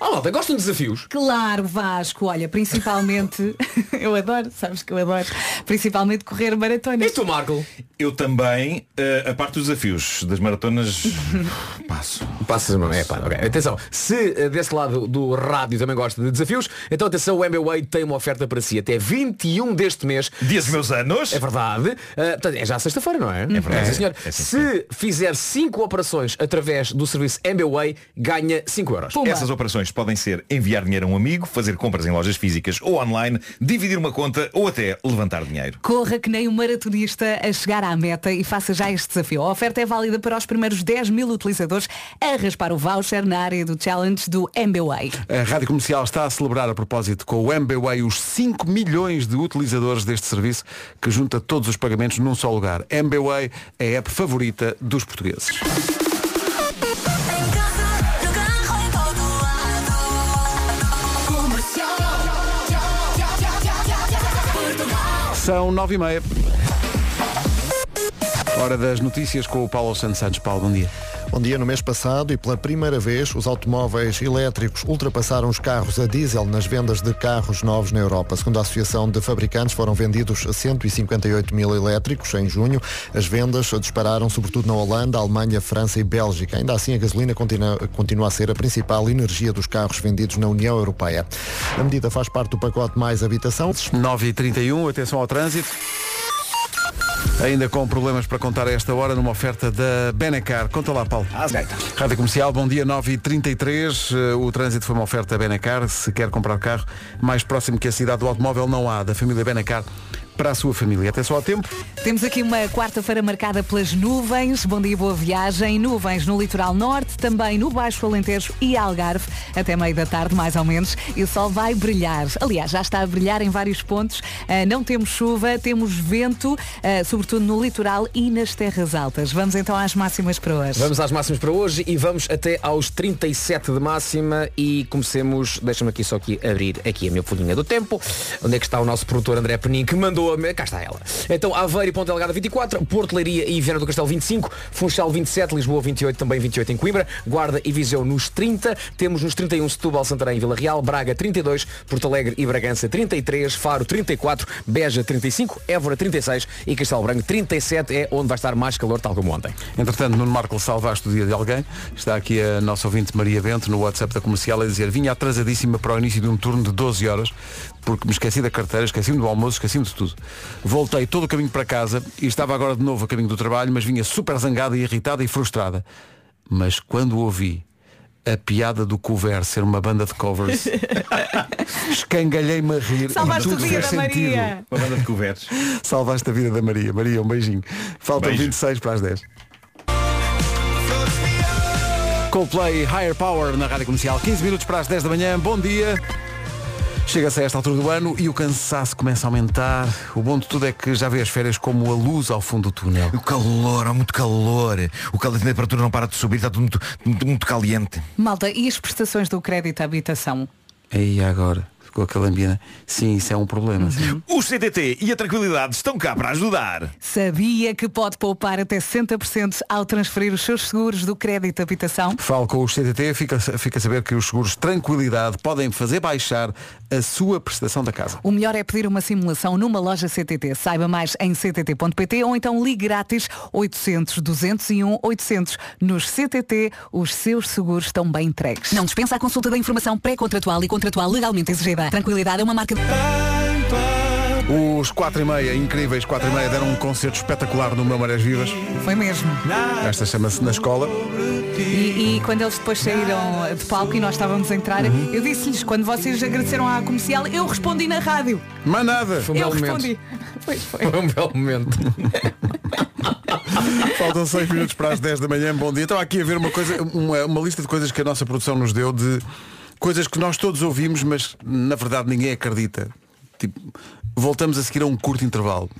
[SPEAKER 7] Oh, malta, gostam de desafios?
[SPEAKER 3] Claro, Vasco, olha, principalmente, eu adoro, sabes que eu adoro, principalmente correr maratonas.
[SPEAKER 7] tu, Marco?
[SPEAKER 8] Eu também, eh, a parte dos desafios, das maratonas, passo.
[SPEAKER 7] Passas, não é? Pá, ok. Atenção, se eh, desse lado do rádio também gosta de desafios, então atenção, o MBWay tem uma oferta para si até 21 deste mês.
[SPEAKER 8] Dias meus anos.
[SPEAKER 7] É verdade. Eh, portanto, é já sexta-feira, não é? É
[SPEAKER 8] verdade.
[SPEAKER 7] sim, senhor.
[SPEAKER 8] É, é sim,
[SPEAKER 7] se fizer 5 operações através do serviço MBWay, ganha 5 euros.
[SPEAKER 8] Essas operações podem ser enviar dinheiro a um amigo, fazer compras em lojas físicas ou online, dividir uma conta ou até levantar dinheiro.
[SPEAKER 3] Corra que nem um maratonista a chegar à meta e faça já este desafio. A oferta é válida para os primeiros 10 mil utilizadores a raspar o voucher na área do challenge do MBWay.
[SPEAKER 1] A Rádio Comercial está a celebrar a propósito com o MBWay os 5 milhões de utilizadores deste serviço que junta todos os pagamentos num só lugar. MBWay é a app favorita dos portugueses. São 9 e meia. Hora das notícias com o Paulo Santos Santos. Paulo, bom dia.
[SPEAKER 6] Bom dia, no mês passado e pela primeira vez, os automóveis elétricos ultrapassaram os carros a diesel nas vendas de carros novos na Europa. Segundo a Associação de Fabricantes, foram vendidos 158 mil elétricos em junho. As vendas dispararam sobretudo na Holanda, Alemanha, França e Bélgica. Ainda assim, a gasolina continua, continua a ser a principal energia dos carros vendidos na União Europeia. A medida faz parte do pacote Mais Habitação.
[SPEAKER 1] 9h31, atenção ao trânsito. Ainda com problemas para contar a esta hora numa oferta da Benacar. Conta lá, Paulo. Rádio Comercial, bom dia, 9h33. Eh, O trânsito foi uma oferta da Benacar. Se quer comprar carro, mais próximo que a cidade do automóvel não há. Da família Benacar para a sua família. Até só ao tempo.
[SPEAKER 3] Temos aqui uma quarta-feira marcada pelas nuvens. Bom dia, boa viagem. Nuvens no litoral norte, também no Baixo Alentejo e Algarve, até meio da tarde, mais ou menos. E o sol vai brilhar. Aliás, já está a brilhar em vários pontos. Ah, não temos chuva, temos vento, ah, sobretudo no litoral e nas terras altas. Vamos então às máximas para hoje.
[SPEAKER 7] Vamos às máximas para hoje e vamos até aos 37 de máxima e comecemos, deixa-me aqui só aqui abrir aqui a minha folhinha do tempo, onde é que está o nosso produtor André Penin que mandou a... me- cá está ela. Então Aveiro e Ponta Delgada 24, Porto Leiria e Viana do Castelo 25, Funchal 27, Lisboa 28, também 28 em Coimbra, Guarda e Viseu nos 30, temos nos 31 Setúbal, Santarém e Vila Real, Braga 32, Porto Alegre e Bragança 33, Faro 34, Beja 35, Évora 36 e Castelo Branco 37 é onde vai estar mais calor tal como ontem.
[SPEAKER 1] Entretanto, Nuno Marco salvaste o dia de alguém. Está aqui a nossa ouvinte Maria Bento no WhatsApp da comercial a dizer vinha atrasadíssima para o início de um turno de 12 horas porque me esqueci da carteira, esqueci-me do almoço, esqueci-me de tudo. Voltei todo o caminho para casa e estava agora de novo a caminho do trabalho, mas vinha super zangada e irritada e frustrada. Mas quando ouvi a piada do couvert ser uma banda de covers, escangalhei-me a rir.
[SPEAKER 8] Salvaste
[SPEAKER 1] e
[SPEAKER 8] o
[SPEAKER 1] tudo
[SPEAKER 8] dia
[SPEAKER 1] fez
[SPEAKER 8] da
[SPEAKER 1] sentido.
[SPEAKER 8] Maria. Uma banda de couverts.
[SPEAKER 1] Salvaste a vida da Maria. Maria, um beijinho. Faltam
[SPEAKER 8] Beijo.
[SPEAKER 1] 26 para as 10. Coldplay Higher Power na Rádio Comercial. 15 minutos para as 10 da manhã. Bom dia. Chega-se a esta altura do ano e o cansaço começa a aumentar. O bom de tudo é que já vê as férias como a luz ao fundo do túnel.
[SPEAKER 8] O calor, há muito calor. O calor, a temperatura não para de subir, está tudo muito, muito, muito caliente.
[SPEAKER 3] Malta, e as prestações do crédito à habitação?
[SPEAKER 1] Aí agora, ficou aquela ambiente. Sim, isso é um problema. sim.
[SPEAKER 8] O CTT e a tranquilidade estão cá para ajudar.
[SPEAKER 3] Sabia que pode poupar até 60% ao transferir os seus seguros do crédito de habitação?
[SPEAKER 1] Falo com o CTT, fica, fica a saber que os seguros Tranquilidade podem fazer baixar a sua prestação da casa.
[SPEAKER 3] O melhor é pedir uma simulação numa loja CTT. Saiba mais em ctt.pt ou então ligue grátis 800 201 800. Nos CTT, os seus seguros estão bem entregues.
[SPEAKER 15] Não dispensa a consulta da informação pré-contratual e contratual legalmente exigida. Tranquilidade é uma marca...
[SPEAKER 1] Os 4 e meia, incríveis 4 e meia, deram um concerto espetacular no meu Marés Vivas.
[SPEAKER 3] Foi mesmo.
[SPEAKER 1] Esta chama-se Na Escola.
[SPEAKER 3] E, e quando eles depois saíram eh, de palco e nós estávamos a entrar, eu disse-lhes, quando vocês agradeceram à comercial, eu respondi na rádio.
[SPEAKER 1] Mas nada.
[SPEAKER 3] eu respondi. Pois foi.
[SPEAKER 7] Foi um belo momento.
[SPEAKER 1] Faltam 6 minutos para as 10 da manhã. Bom dia. Estava aqui a ver uma coisa, uma, uma lista de coisas que a nossa produção nos deu de coisas que nós todos ouvimos, mas na verdade ninguém acredita. Tipo, voltamos a seguir a um curto intervalo.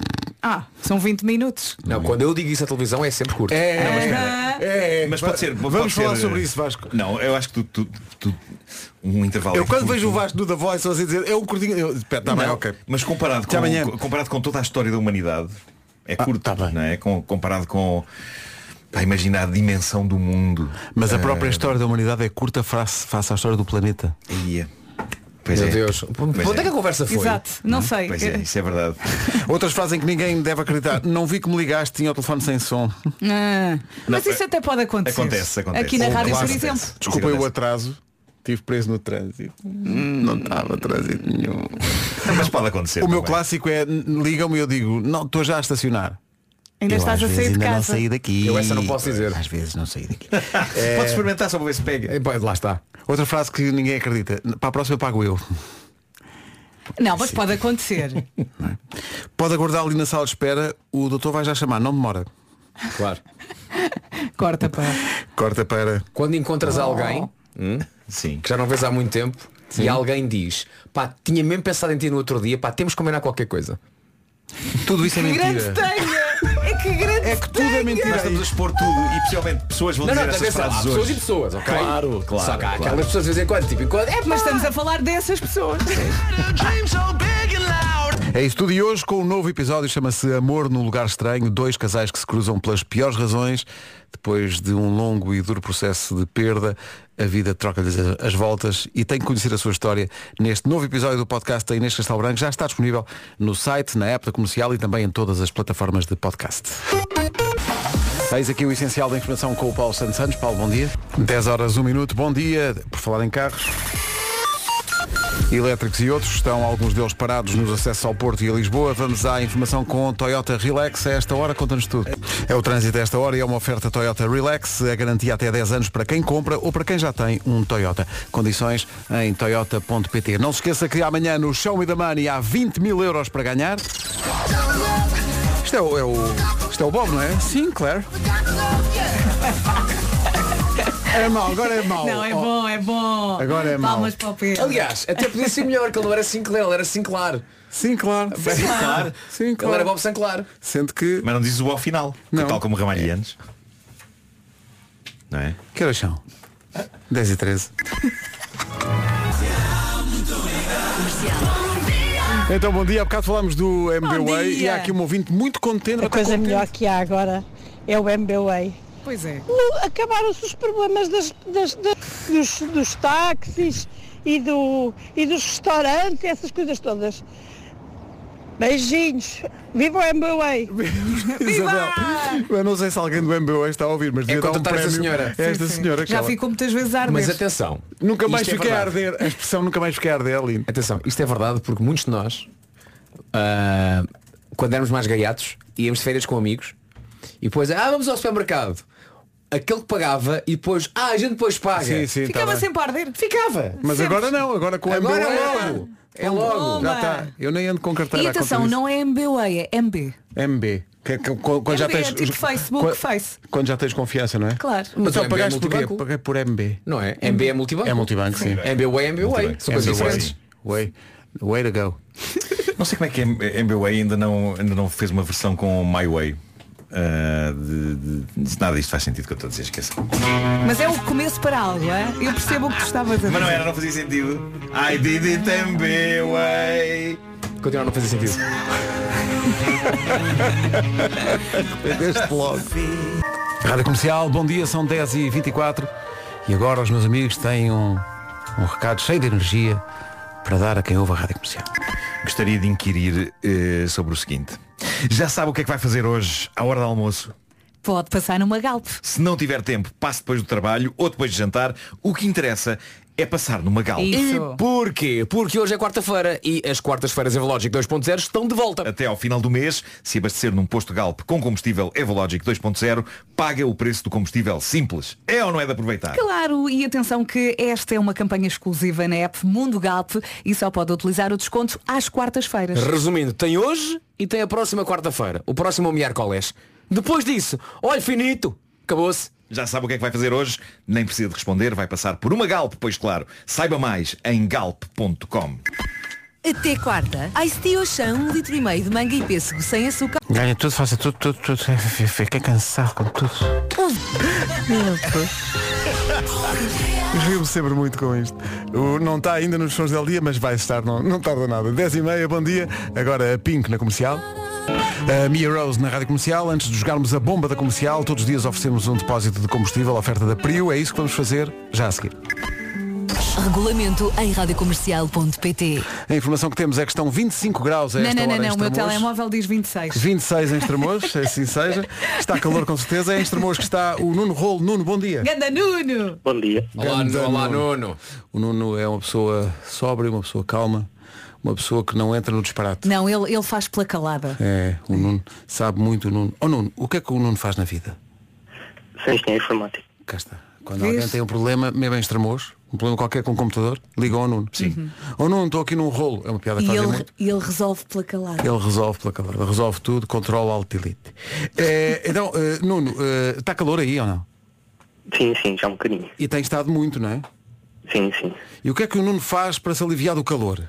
[SPEAKER 3] Ah, são 20 minutos.
[SPEAKER 7] Não, quando eu digo isso à televisão é sempre curto.
[SPEAKER 1] É,
[SPEAKER 8] Não, mas
[SPEAKER 3] espera.
[SPEAKER 1] É,
[SPEAKER 8] mas pode ser.
[SPEAKER 1] Vamos
[SPEAKER 8] pode
[SPEAKER 1] falar
[SPEAKER 8] ser- eh,
[SPEAKER 1] sobre isso, Vasco.
[SPEAKER 8] Não, eu acho que tu, tu- tu- um intervalo.
[SPEAKER 1] Eu
[SPEAKER 8] entre
[SPEAKER 1] quando
[SPEAKER 8] curto-
[SPEAKER 1] vejo o Vasco do The Voice, estou a dizer, é um curtinho. Eu, espera, tá bem,
[SPEAKER 8] Não,
[SPEAKER 1] ok.
[SPEAKER 8] Mas comparado
[SPEAKER 1] Até
[SPEAKER 8] com,
[SPEAKER 1] amanhã. Ah, tá
[SPEAKER 8] co- comparado com toda a história da humanidade, é curto, não é? Com- comparado com pá, imagina a dimensão do mundo.
[SPEAKER 1] Mas a
[SPEAKER 8] Eh,
[SPEAKER 1] própria história da humanidade é curta face, face à história do planeta.
[SPEAKER 8] ia. Pois
[SPEAKER 7] Meu
[SPEAKER 8] é.
[SPEAKER 7] Deus.
[SPEAKER 8] Pois
[SPEAKER 7] Onde é que a conversa foi?
[SPEAKER 3] Exato, não sei.
[SPEAKER 8] Pois é, isso é verdade.
[SPEAKER 1] Outras frases em que ninguém deve acreditar. Não vi que me ligaste, tinha o telefone sem som.
[SPEAKER 3] Ah, mas
[SPEAKER 1] Não,
[SPEAKER 3] isso até pode acontecer.
[SPEAKER 1] Acontece, acontece.
[SPEAKER 3] Aqui na
[SPEAKER 1] Ou
[SPEAKER 3] rádio, por
[SPEAKER 1] acontece.
[SPEAKER 3] exemplo.
[SPEAKER 1] Desculpem o atraso. Estive preso no trânsito.
[SPEAKER 7] Hum,
[SPEAKER 1] Não estava trânsito nenhum.
[SPEAKER 8] Mas pode acontecer.
[SPEAKER 1] O meu clássico é n- ligam-me e eu digo, não, estou já a estacionar.
[SPEAKER 3] Ainda
[SPEAKER 1] Eu,
[SPEAKER 3] estás
[SPEAKER 1] às
[SPEAKER 3] a
[SPEAKER 1] vezes,
[SPEAKER 3] sair de
[SPEAKER 1] ainda
[SPEAKER 3] casa.
[SPEAKER 1] Não saí daqui.
[SPEAKER 7] Eu essa não posso dizer.
[SPEAKER 1] Às vezes não saí daqui.
[SPEAKER 8] Pode experimentar só para ver se pega.
[SPEAKER 7] É, lá está.
[SPEAKER 1] Outra frase que ninguém acredita. Para a próxima pago eu.
[SPEAKER 3] Não, mas pode acontecer.
[SPEAKER 1] Pode aguardar ali na sala de espera, o doutor vai já chamar, não demora.
[SPEAKER 7] Claro.
[SPEAKER 3] Corta para.
[SPEAKER 1] Corta para.
[SPEAKER 7] Quando encontras
[SPEAKER 1] Oh.
[SPEAKER 7] alguém hum, que já não vês há muito tempo e alguém diz, pá, tinha mesmo pensado em ti no outro dia, pá, temos que combinar qualquer coisa.
[SPEAKER 1] Tudo isso é
[SPEAKER 3] Que grande tenha! É que grande É que tudo é
[SPEAKER 8] Nós estamos a expor tudo e possivelmente pessoas vão
[SPEAKER 7] Não, não,
[SPEAKER 8] dizer essas
[SPEAKER 7] atenção,
[SPEAKER 8] frases
[SPEAKER 7] há pessoas
[SPEAKER 8] hoje.
[SPEAKER 7] e pessoas, ok?
[SPEAKER 8] Claro, claro.
[SPEAKER 7] Só que há
[SPEAKER 8] claro.
[SPEAKER 7] aquelas pessoas de vez em quando, tipo, enquanto. É,
[SPEAKER 3] Mas estamos a falar dessas pessoas.
[SPEAKER 1] Oh, É isso tudo e hoje com um novo episódio chama-se Amor num Lugar Estranho, dois casais que se cruzam pelas piores razões, depois de um longo e duro processo de perda, a vida troca-lhes a- as voltas e tem que conhecer a sua história neste novo episódio do podcast da Inês Castelo Branco, já está disponível no site, na app da comercial e também em todas as plataformas de podcast. Eis aqui o essencial da informação com o Paulo Santos Santos. Paulo, bom dia. 10 horas, 1 minuto, bom dia. Por falar em carros. elétricos e outros. Estão alguns deles parados nos acessos ao Porto e a Lisboa. Vamos à informação com Toyota Relax. A esta hora, conta-nos tudo. É o trânsito a esta hora e é uma oferta Toyota Relax. A garantia até 10 anos para quem compra ou para quem já tem um Toyota. Condições em toyota.pt. Não se esqueça que amanhã no Show Me the Money há 20 mil euros para ganhar. Isto é o, é o, isto é o Bob, não é? Sim, claro. Era mau, agora é mau.
[SPEAKER 3] Não, é bom, é bom.
[SPEAKER 1] Agora é mau.
[SPEAKER 3] Palmas para o Pedro.
[SPEAKER 7] Aliás, até podia ser melhor, que ele não era Sinclair, ele era Sinclair.
[SPEAKER 1] Sinclair.
[SPEAKER 7] Sinclair.
[SPEAKER 1] Sinclair.
[SPEAKER 7] Ele era Bob Sinclair.
[SPEAKER 1] Sendo que...
[SPEAKER 8] Mas não dizes o ao final.
[SPEAKER 1] Não.
[SPEAKER 8] Tal como Ramalhianos. Não é?
[SPEAKER 1] Que horas são? 10 e 13. Então, bom dia. Há bocado falámos do MBWay e
[SPEAKER 16] dia.
[SPEAKER 1] há aqui um ouvinte muito contente.
[SPEAKER 16] A coisa melhor que há agora é o MBWay.
[SPEAKER 3] Pois é.
[SPEAKER 16] No- Acabaram-se os problemas das- das- das- dos, dos táxis e, do- e dos restaurantes, essas coisas todas. Beijinhos. Viva o MBWay.
[SPEAKER 1] Isabel, eu não sei se alguém do MBWay está a ouvir, mas devia dar um
[SPEAKER 7] contratar
[SPEAKER 1] prémio
[SPEAKER 7] É esta senhora.
[SPEAKER 1] a esta
[SPEAKER 7] Sim, sim.
[SPEAKER 1] senhora.
[SPEAKER 7] Já
[SPEAKER 1] aquela.
[SPEAKER 7] ficou
[SPEAKER 3] muitas vezes a arder.
[SPEAKER 7] Mas atenção.
[SPEAKER 1] Nunca
[SPEAKER 7] isto
[SPEAKER 1] mais
[SPEAKER 7] é
[SPEAKER 1] fiquei a
[SPEAKER 7] verdade.
[SPEAKER 1] arder. A expressão nunca mais fiquei a arder é linda.
[SPEAKER 7] Atenção, isto é verdade porque muitos de nós, ah, quando éramos mais gaiatos, íamos de férias com amigos e depois, ah, vamos ao supermercado. Aquele que pagava e depois, ah, a gente depois paga.
[SPEAKER 1] Sim, sim, tá
[SPEAKER 3] Ficava
[SPEAKER 1] bem.
[SPEAKER 3] sempre a arder.
[SPEAKER 7] Ficava.
[SPEAKER 1] Mas agora não, agora com o
[SPEAKER 7] Agora
[SPEAKER 1] MBWay.
[SPEAKER 7] é logo. É logo.
[SPEAKER 1] Já está. Eu nem ando com carteira.
[SPEAKER 3] E
[SPEAKER 1] à conta
[SPEAKER 3] atenção,
[SPEAKER 1] disso.
[SPEAKER 3] não é MBWay, é MB.
[SPEAKER 1] MB. Que é que- quando quando já
[SPEAKER 3] MB é
[SPEAKER 1] tens,
[SPEAKER 3] tipo Facebook,
[SPEAKER 1] quando,
[SPEAKER 3] Face.
[SPEAKER 1] Quando já tens confiança, não é?
[SPEAKER 3] Claro.
[SPEAKER 1] Mas
[SPEAKER 7] Mas o
[SPEAKER 1] então
[SPEAKER 7] MB é
[SPEAKER 1] pagaste por quê?
[SPEAKER 7] multibanco?
[SPEAKER 1] Paguei por MB.
[SPEAKER 7] Não é? MB é multibanco?
[SPEAKER 1] É multibanco, sim.
[SPEAKER 7] MBWay é MBWay. São coisas
[SPEAKER 8] MBWay.
[SPEAKER 7] diferentes.
[SPEAKER 1] Way, way to go.
[SPEAKER 8] Não sei como é que a MBWay ainda não, ainda não fez uma versão com My Way. Ah, de- de- de- nada disto faz sentido que eu estou a dizer, esqueça.
[SPEAKER 3] Mas é o começo para algo, é? Eu percebo o que tu estavas a
[SPEAKER 8] Mas não
[SPEAKER 3] dizer.
[SPEAKER 8] era, não fazia sentido. I did it MBWay.
[SPEAKER 7] Continuar a não fazer sentido.
[SPEAKER 1] Desde logo. Rádio Comercial, bom dia, são 10h24. E agora os meus amigos têm um, um recado cheio de energia para dar a quem ouve a Rádio Comercial.
[SPEAKER 8] Gostaria de inquirir eh, sobre o seguinte. Já sabe o que é que vai fazer hoje, à hora do almoço?
[SPEAKER 3] Pode passar numa Galp.
[SPEAKER 8] Se não tiver tempo, passe depois do trabalho ou depois de jantar. O que interessa é passar numa gala.
[SPEAKER 7] E porquê? Porque hoje é quarta-feira e as quartas-feiras Evologic 2.0 estão de volta.
[SPEAKER 8] Até ao final do mês, se abastecer num posto Galp com combustível Evologic 2.0, paga o preço do combustível simples. É ou não é de aproveitar?
[SPEAKER 3] Claro, e atenção que esta é uma campanha exclusiva na app Mundo Galp e só pode utilizar o desconto às quartas-feiras.
[SPEAKER 7] Resumindo, tem hoje e tem a próxima quarta-feira. O próximo miércoles. Depois disso, olha finito, acabou-se.
[SPEAKER 8] Já sabe o que é que vai fazer hoje? Nem precisa de responder, vai passar por uma Galp, pois claro. Saiba mais em galp.com.
[SPEAKER 13] Até quarta. Ice Tea Ocean, um litro e meio de manga e pêssego sem açúcar.
[SPEAKER 1] Ganha tudo, faça tudo, tudo, tudo. Fiquei cansado com tudo. Rio-me sempre muito com isto. O- não está ainda nos sons del dia, mas vai estar, não, não tarda nada. 10 e meia, bom dia. Agora a Pink na comercial. A Mia Rose na Rádio Comercial, antes de jogarmos a bomba da comercial, todos os dias oferecemos um depósito de combustível, oferta da Prio, é isso que vamos fazer já a seguir.
[SPEAKER 13] Regulamento em radiocomercial.pt
[SPEAKER 1] A informação que temos é que estão 25 graus a
[SPEAKER 3] Não,
[SPEAKER 1] esta
[SPEAKER 3] não, não,
[SPEAKER 1] hora
[SPEAKER 3] não,
[SPEAKER 1] em
[SPEAKER 3] o meu
[SPEAKER 1] Estremoz.
[SPEAKER 3] telemóvel diz 26.
[SPEAKER 1] 26 em Estremoz, se assim seja. Está calor com certeza. É em Estremoz que está o Nuno Rolo. Nuno, bom dia.
[SPEAKER 3] Ganda Nuno!
[SPEAKER 1] Bom dia.
[SPEAKER 7] Olá, Nuno. Olá, Nuno.
[SPEAKER 1] O Nuno é uma pessoa sóbria, uma pessoa calma, uma pessoa que não entra no disparate.
[SPEAKER 3] Não, ele, ele faz pela calada.
[SPEAKER 1] É, o Nuno sabe muito o Nuno. Oh Nuno, o que é que o Nuno faz na vida?
[SPEAKER 17] Sim, isto é informática.
[SPEAKER 1] Cá está. Quando
[SPEAKER 17] Vês?
[SPEAKER 1] alguém tem um problema, mesmo em Estremoz, um problema qualquer com o computador, liga ao Nuno. Sim. Oh Nuno, estou aqui num rolo. É uma piada que
[SPEAKER 3] E
[SPEAKER 1] fazem
[SPEAKER 3] ele,
[SPEAKER 1] muito.
[SPEAKER 3] e ele resolve pela calada.
[SPEAKER 1] Ele resolve pela calada, resolve tudo, controla a altilite. É, então, eh, Nuno, eh, está calor aí ou não?
[SPEAKER 17] Sim, sim, já um bocadinho.
[SPEAKER 1] E tem estado muito, não é?
[SPEAKER 17] Sim, sim.
[SPEAKER 1] E o que é que o Nuno faz para se aliviar do calor?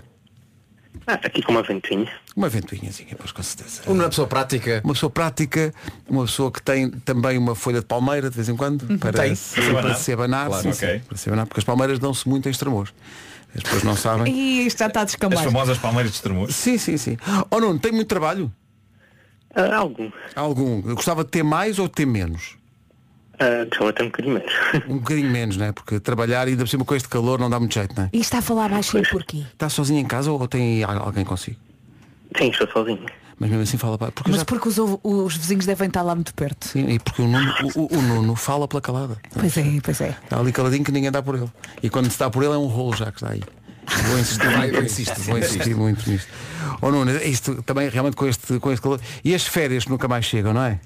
[SPEAKER 17] Ah, aqui com uma ventinha.
[SPEAKER 1] Uma ventoinhazinha, pois com certeza.
[SPEAKER 7] é Uma pessoa prática.
[SPEAKER 1] Uma pessoa prática, uma pessoa que tem também uma folha de palmeira de vez em quando para,
[SPEAKER 7] Uhum. Tem.
[SPEAKER 1] se,
[SPEAKER 7] Para
[SPEAKER 1] para
[SPEAKER 7] abanar.
[SPEAKER 1] se abanar,
[SPEAKER 7] Claro,
[SPEAKER 1] sim, sim,
[SPEAKER 7] ok.
[SPEAKER 1] para se abanar, porque as palmeiras dão-se muito em extremos. As pessoas não sabem.
[SPEAKER 3] E isto já está a descambar.
[SPEAKER 8] palmeiras de extremos.
[SPEAKER 1] Sim, sim, sim. Oh Nuno, tem muito trabalho?
[SPEAKER 17] algum.
[SPEAKER 1] Algum. Eu gostava de ter mais ou de ter menos?
[SPEAKER 17] Ah, gostava de ter um bocadinho menos.
[SPEAKER 1] Um bocadinho menos, né? Porque trabalhar e ainda por cima com este calor não dá muito jeito, né?
[SPEAKER 3] E está a falar baixinho porquê?
[SPEAKER 1] Está sozinho em casa ou tem al- alguém consigo?
[SPEAKER 17] Sim, estou sozinho.
[SPEAKER 1] Mas mesmo assim fala para. Porque eu
[SPEAKER 3] Mas
[SPEAKER 1] já-
[SPEAKER 3] porque os, os vizinhos devem estar lá muito perto.
[SPEAKER 1] Sim, e porque o Nuno, o- o- o Nuno fala pela calada.
[SPEAKER 3] Pois é, pois é.
[SPEAKER 1] Está ali caladinho que ninguém dá por ele. E quando se dá por ele é um rolo já que está aí. Vou insistir,
[SPEAKER 7] Vai,
[SPEAKER 1] muito,
[SPEAKER 7] vai,
[SPEAKER 1] insisto,
[SPEAKER 7] insiste.
[SPEAKER 1] vou insistir muito nisto. Oh Nuno, isto também realmente com este, com este calor. E as férias que nunca mais chegam, não é?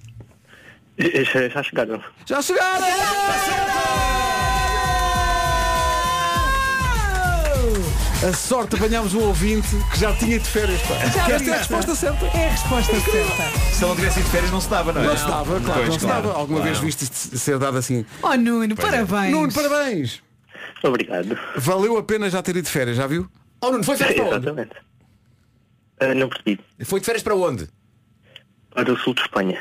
[SPEAKER 17] Já, já chegaram.
[SPEAKER 1] Já chegaram! A sorte apanhámos um ouvinte que já tinha de férias. Pá.
[SPEAKER 9] Já
[SPEAKER 1] Que Esta é
[SPEAKER 9] tinha.
[SPEAKER 1] a resposta certa.
[SPEAKER 3] É a resposta certa.
[SPEAKER 8] Se ele não tivesse ido de férias não se dava, não é?
[SPEAKER 1] Não se dava, claro,
[SPEAKER 8] Pois,
[SPEAKER 1] não se dava. Alguma vez viste isto ser dado assim?
[SPEAKER 3] Oh Nuno,
[SPEAKER 1] Pois é.
[SPEAKER 3] parabéns.
[SPEAKER 1] Nuno, parabéns.
[SPEAKER 17] Obrigado.
[SPEAKER 1] Valeu a pena já ter ido de férias, já viu?
[SPEAKER 7] Oh Nuno, foi de férias para onde?
[SPEAKER 17] Exatamente. Ah, não percebi.
[SPEAKER 7] Foi de férias para onde?
[SPEAKER 17] Para o sul de Espanha.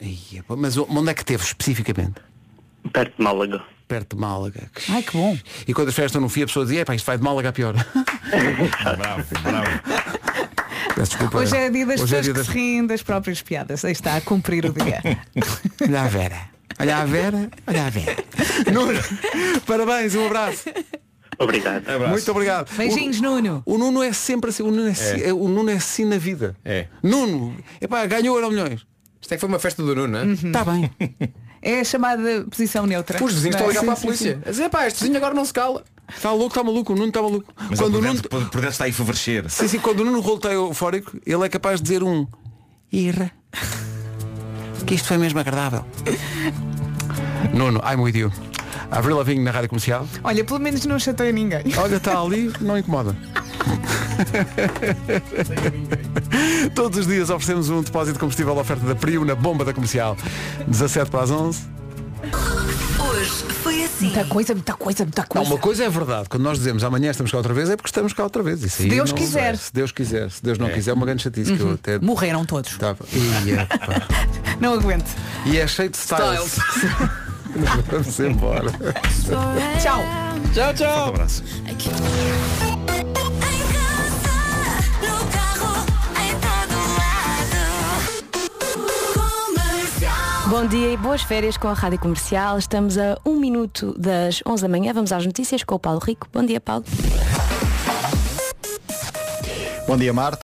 [SPEAKER 1] Ia, pá, Mas onde é que teve especificamente?
[SPEAKER 17] Perto de Málaga.
[SPEAKER 1] Perto de Málaga.
[SPEAKER 3] Ai, que bom.
[SPEAKER 1] E quando as férias estão no fim, a pessoa diz, epá, isto vai de Málaga a pior. bravo, bravo. Peço desculpa.
[SPEAKER 3] Hoje é dia das
[SPEAKER 1] Hoje é
[SPEAKER 3] pessoas
[SPEAKER 1] dia
[SPEAKER 3] que se riem das próprias piadas. Aí está, a cumprir o dia.
[SPEAKER 1] Olha a Vera. Olha a Vera. Olha a Vera. Nuno, parabéns, um abraço.
[SPEAKER 17] Obrigado.
[SPEAKER 1] Muito obrigado.
[SPEAKER 3] Beijinhos, Nuno.
[SPEAKER 1] O Nuno é sempre assim, o Nuno é, assim- é- o Nuno é assim na vida. É. Nuno, epá, ganhou euro milhões.
[SPEAKER 7] Isto é que foi uma festa do Nuno, não é?
[SPEAKER 3] Uhum.
[SPEAKER 1] Está bem.
[SPEAKER 3] É a chamada posição neutra.
[SPEAKER 7] Os vizinhos estão a ligar
[SPEAKER 3] Sim,
[SPEAKER 7] para a
[SPEAKER 3] sim,
[SPEAKER 7] polícia.
[SPEAKER 3] sim.
[SPEAKER 7] A dizer, pá, este vizinho agora não se cala.
[SPEAKER 1] Está Tá louco, está maluco, o Nuno está maluco.
[SPEAKER 8] Mas
[SPEAKER 1] Quando
[SPEAKER 8] ele
[SPEAKER 1] o
[SPEAKER 8] por
[SPEAKER 1] Nuno-
[SPEAKER 8] dentro, por dentro está a enfurecer.
[SPEAKER 1] Sim, sim, quando o Nuno Rolo está eufórico, ele é capaz de dizer um irra. Que isto foi mesmo agradável. Nuno, I'm with you. Avril Lavigne na Rádio Comercial.
[SPEAKER 3] Olha, pelo menos não chateia ninguém.
[SPEAKER 1] Olha, está ali, não incomoda. Todos os dias oferecemos um depósito de combustível à oferta da Prio na bomba da comercial. 17 para as 11.
[SPEAKER 13] Hoje foi assim.
[SPEAKER 3] Muita coisa, muita coisa, muita
[SPEAKER 1] Não,
[SPEAKER 3] coisa.
[SPEAKER 1] uma coisa é verdade, quando nós dizemos amanhã estamos cá outra vez, é porque estamos cá outra vez. Isso aí
[SPEAKER 3] Deus
[SPEAKER 1] não-
[SPEAKER 3] quiser.
[SPEAKER 1] Se Deus quiser, se Deus não
[SPEAKER 7] É.
[SPEAKER 1] quiser, é uma grande chatice que eu
[SPEAKER 3] Uhum.
[SPEAKER 1] até.
[SPEAKER 3] Morreram todos.
[SPEAKER 1] Tá. Ia, pá.
[SPEAKER 3] Não aguento.
[SPEAKER 1] E é cheio de styles. Vamos embora.
[SPEAKER 3] Tchau.
[SPEAKER 7] Tchau, tchau.
[SPEAKER 1] Um abraço.
[SPEAKER 18] Bom dia e boas férias com a Rádio Comercial. Estamos a um minuto das 11 da manhã. Vamos às notícias com o Paulo Rico. Bom dia, Paulo.
[SPEAKER 6] Bom dia, Marta.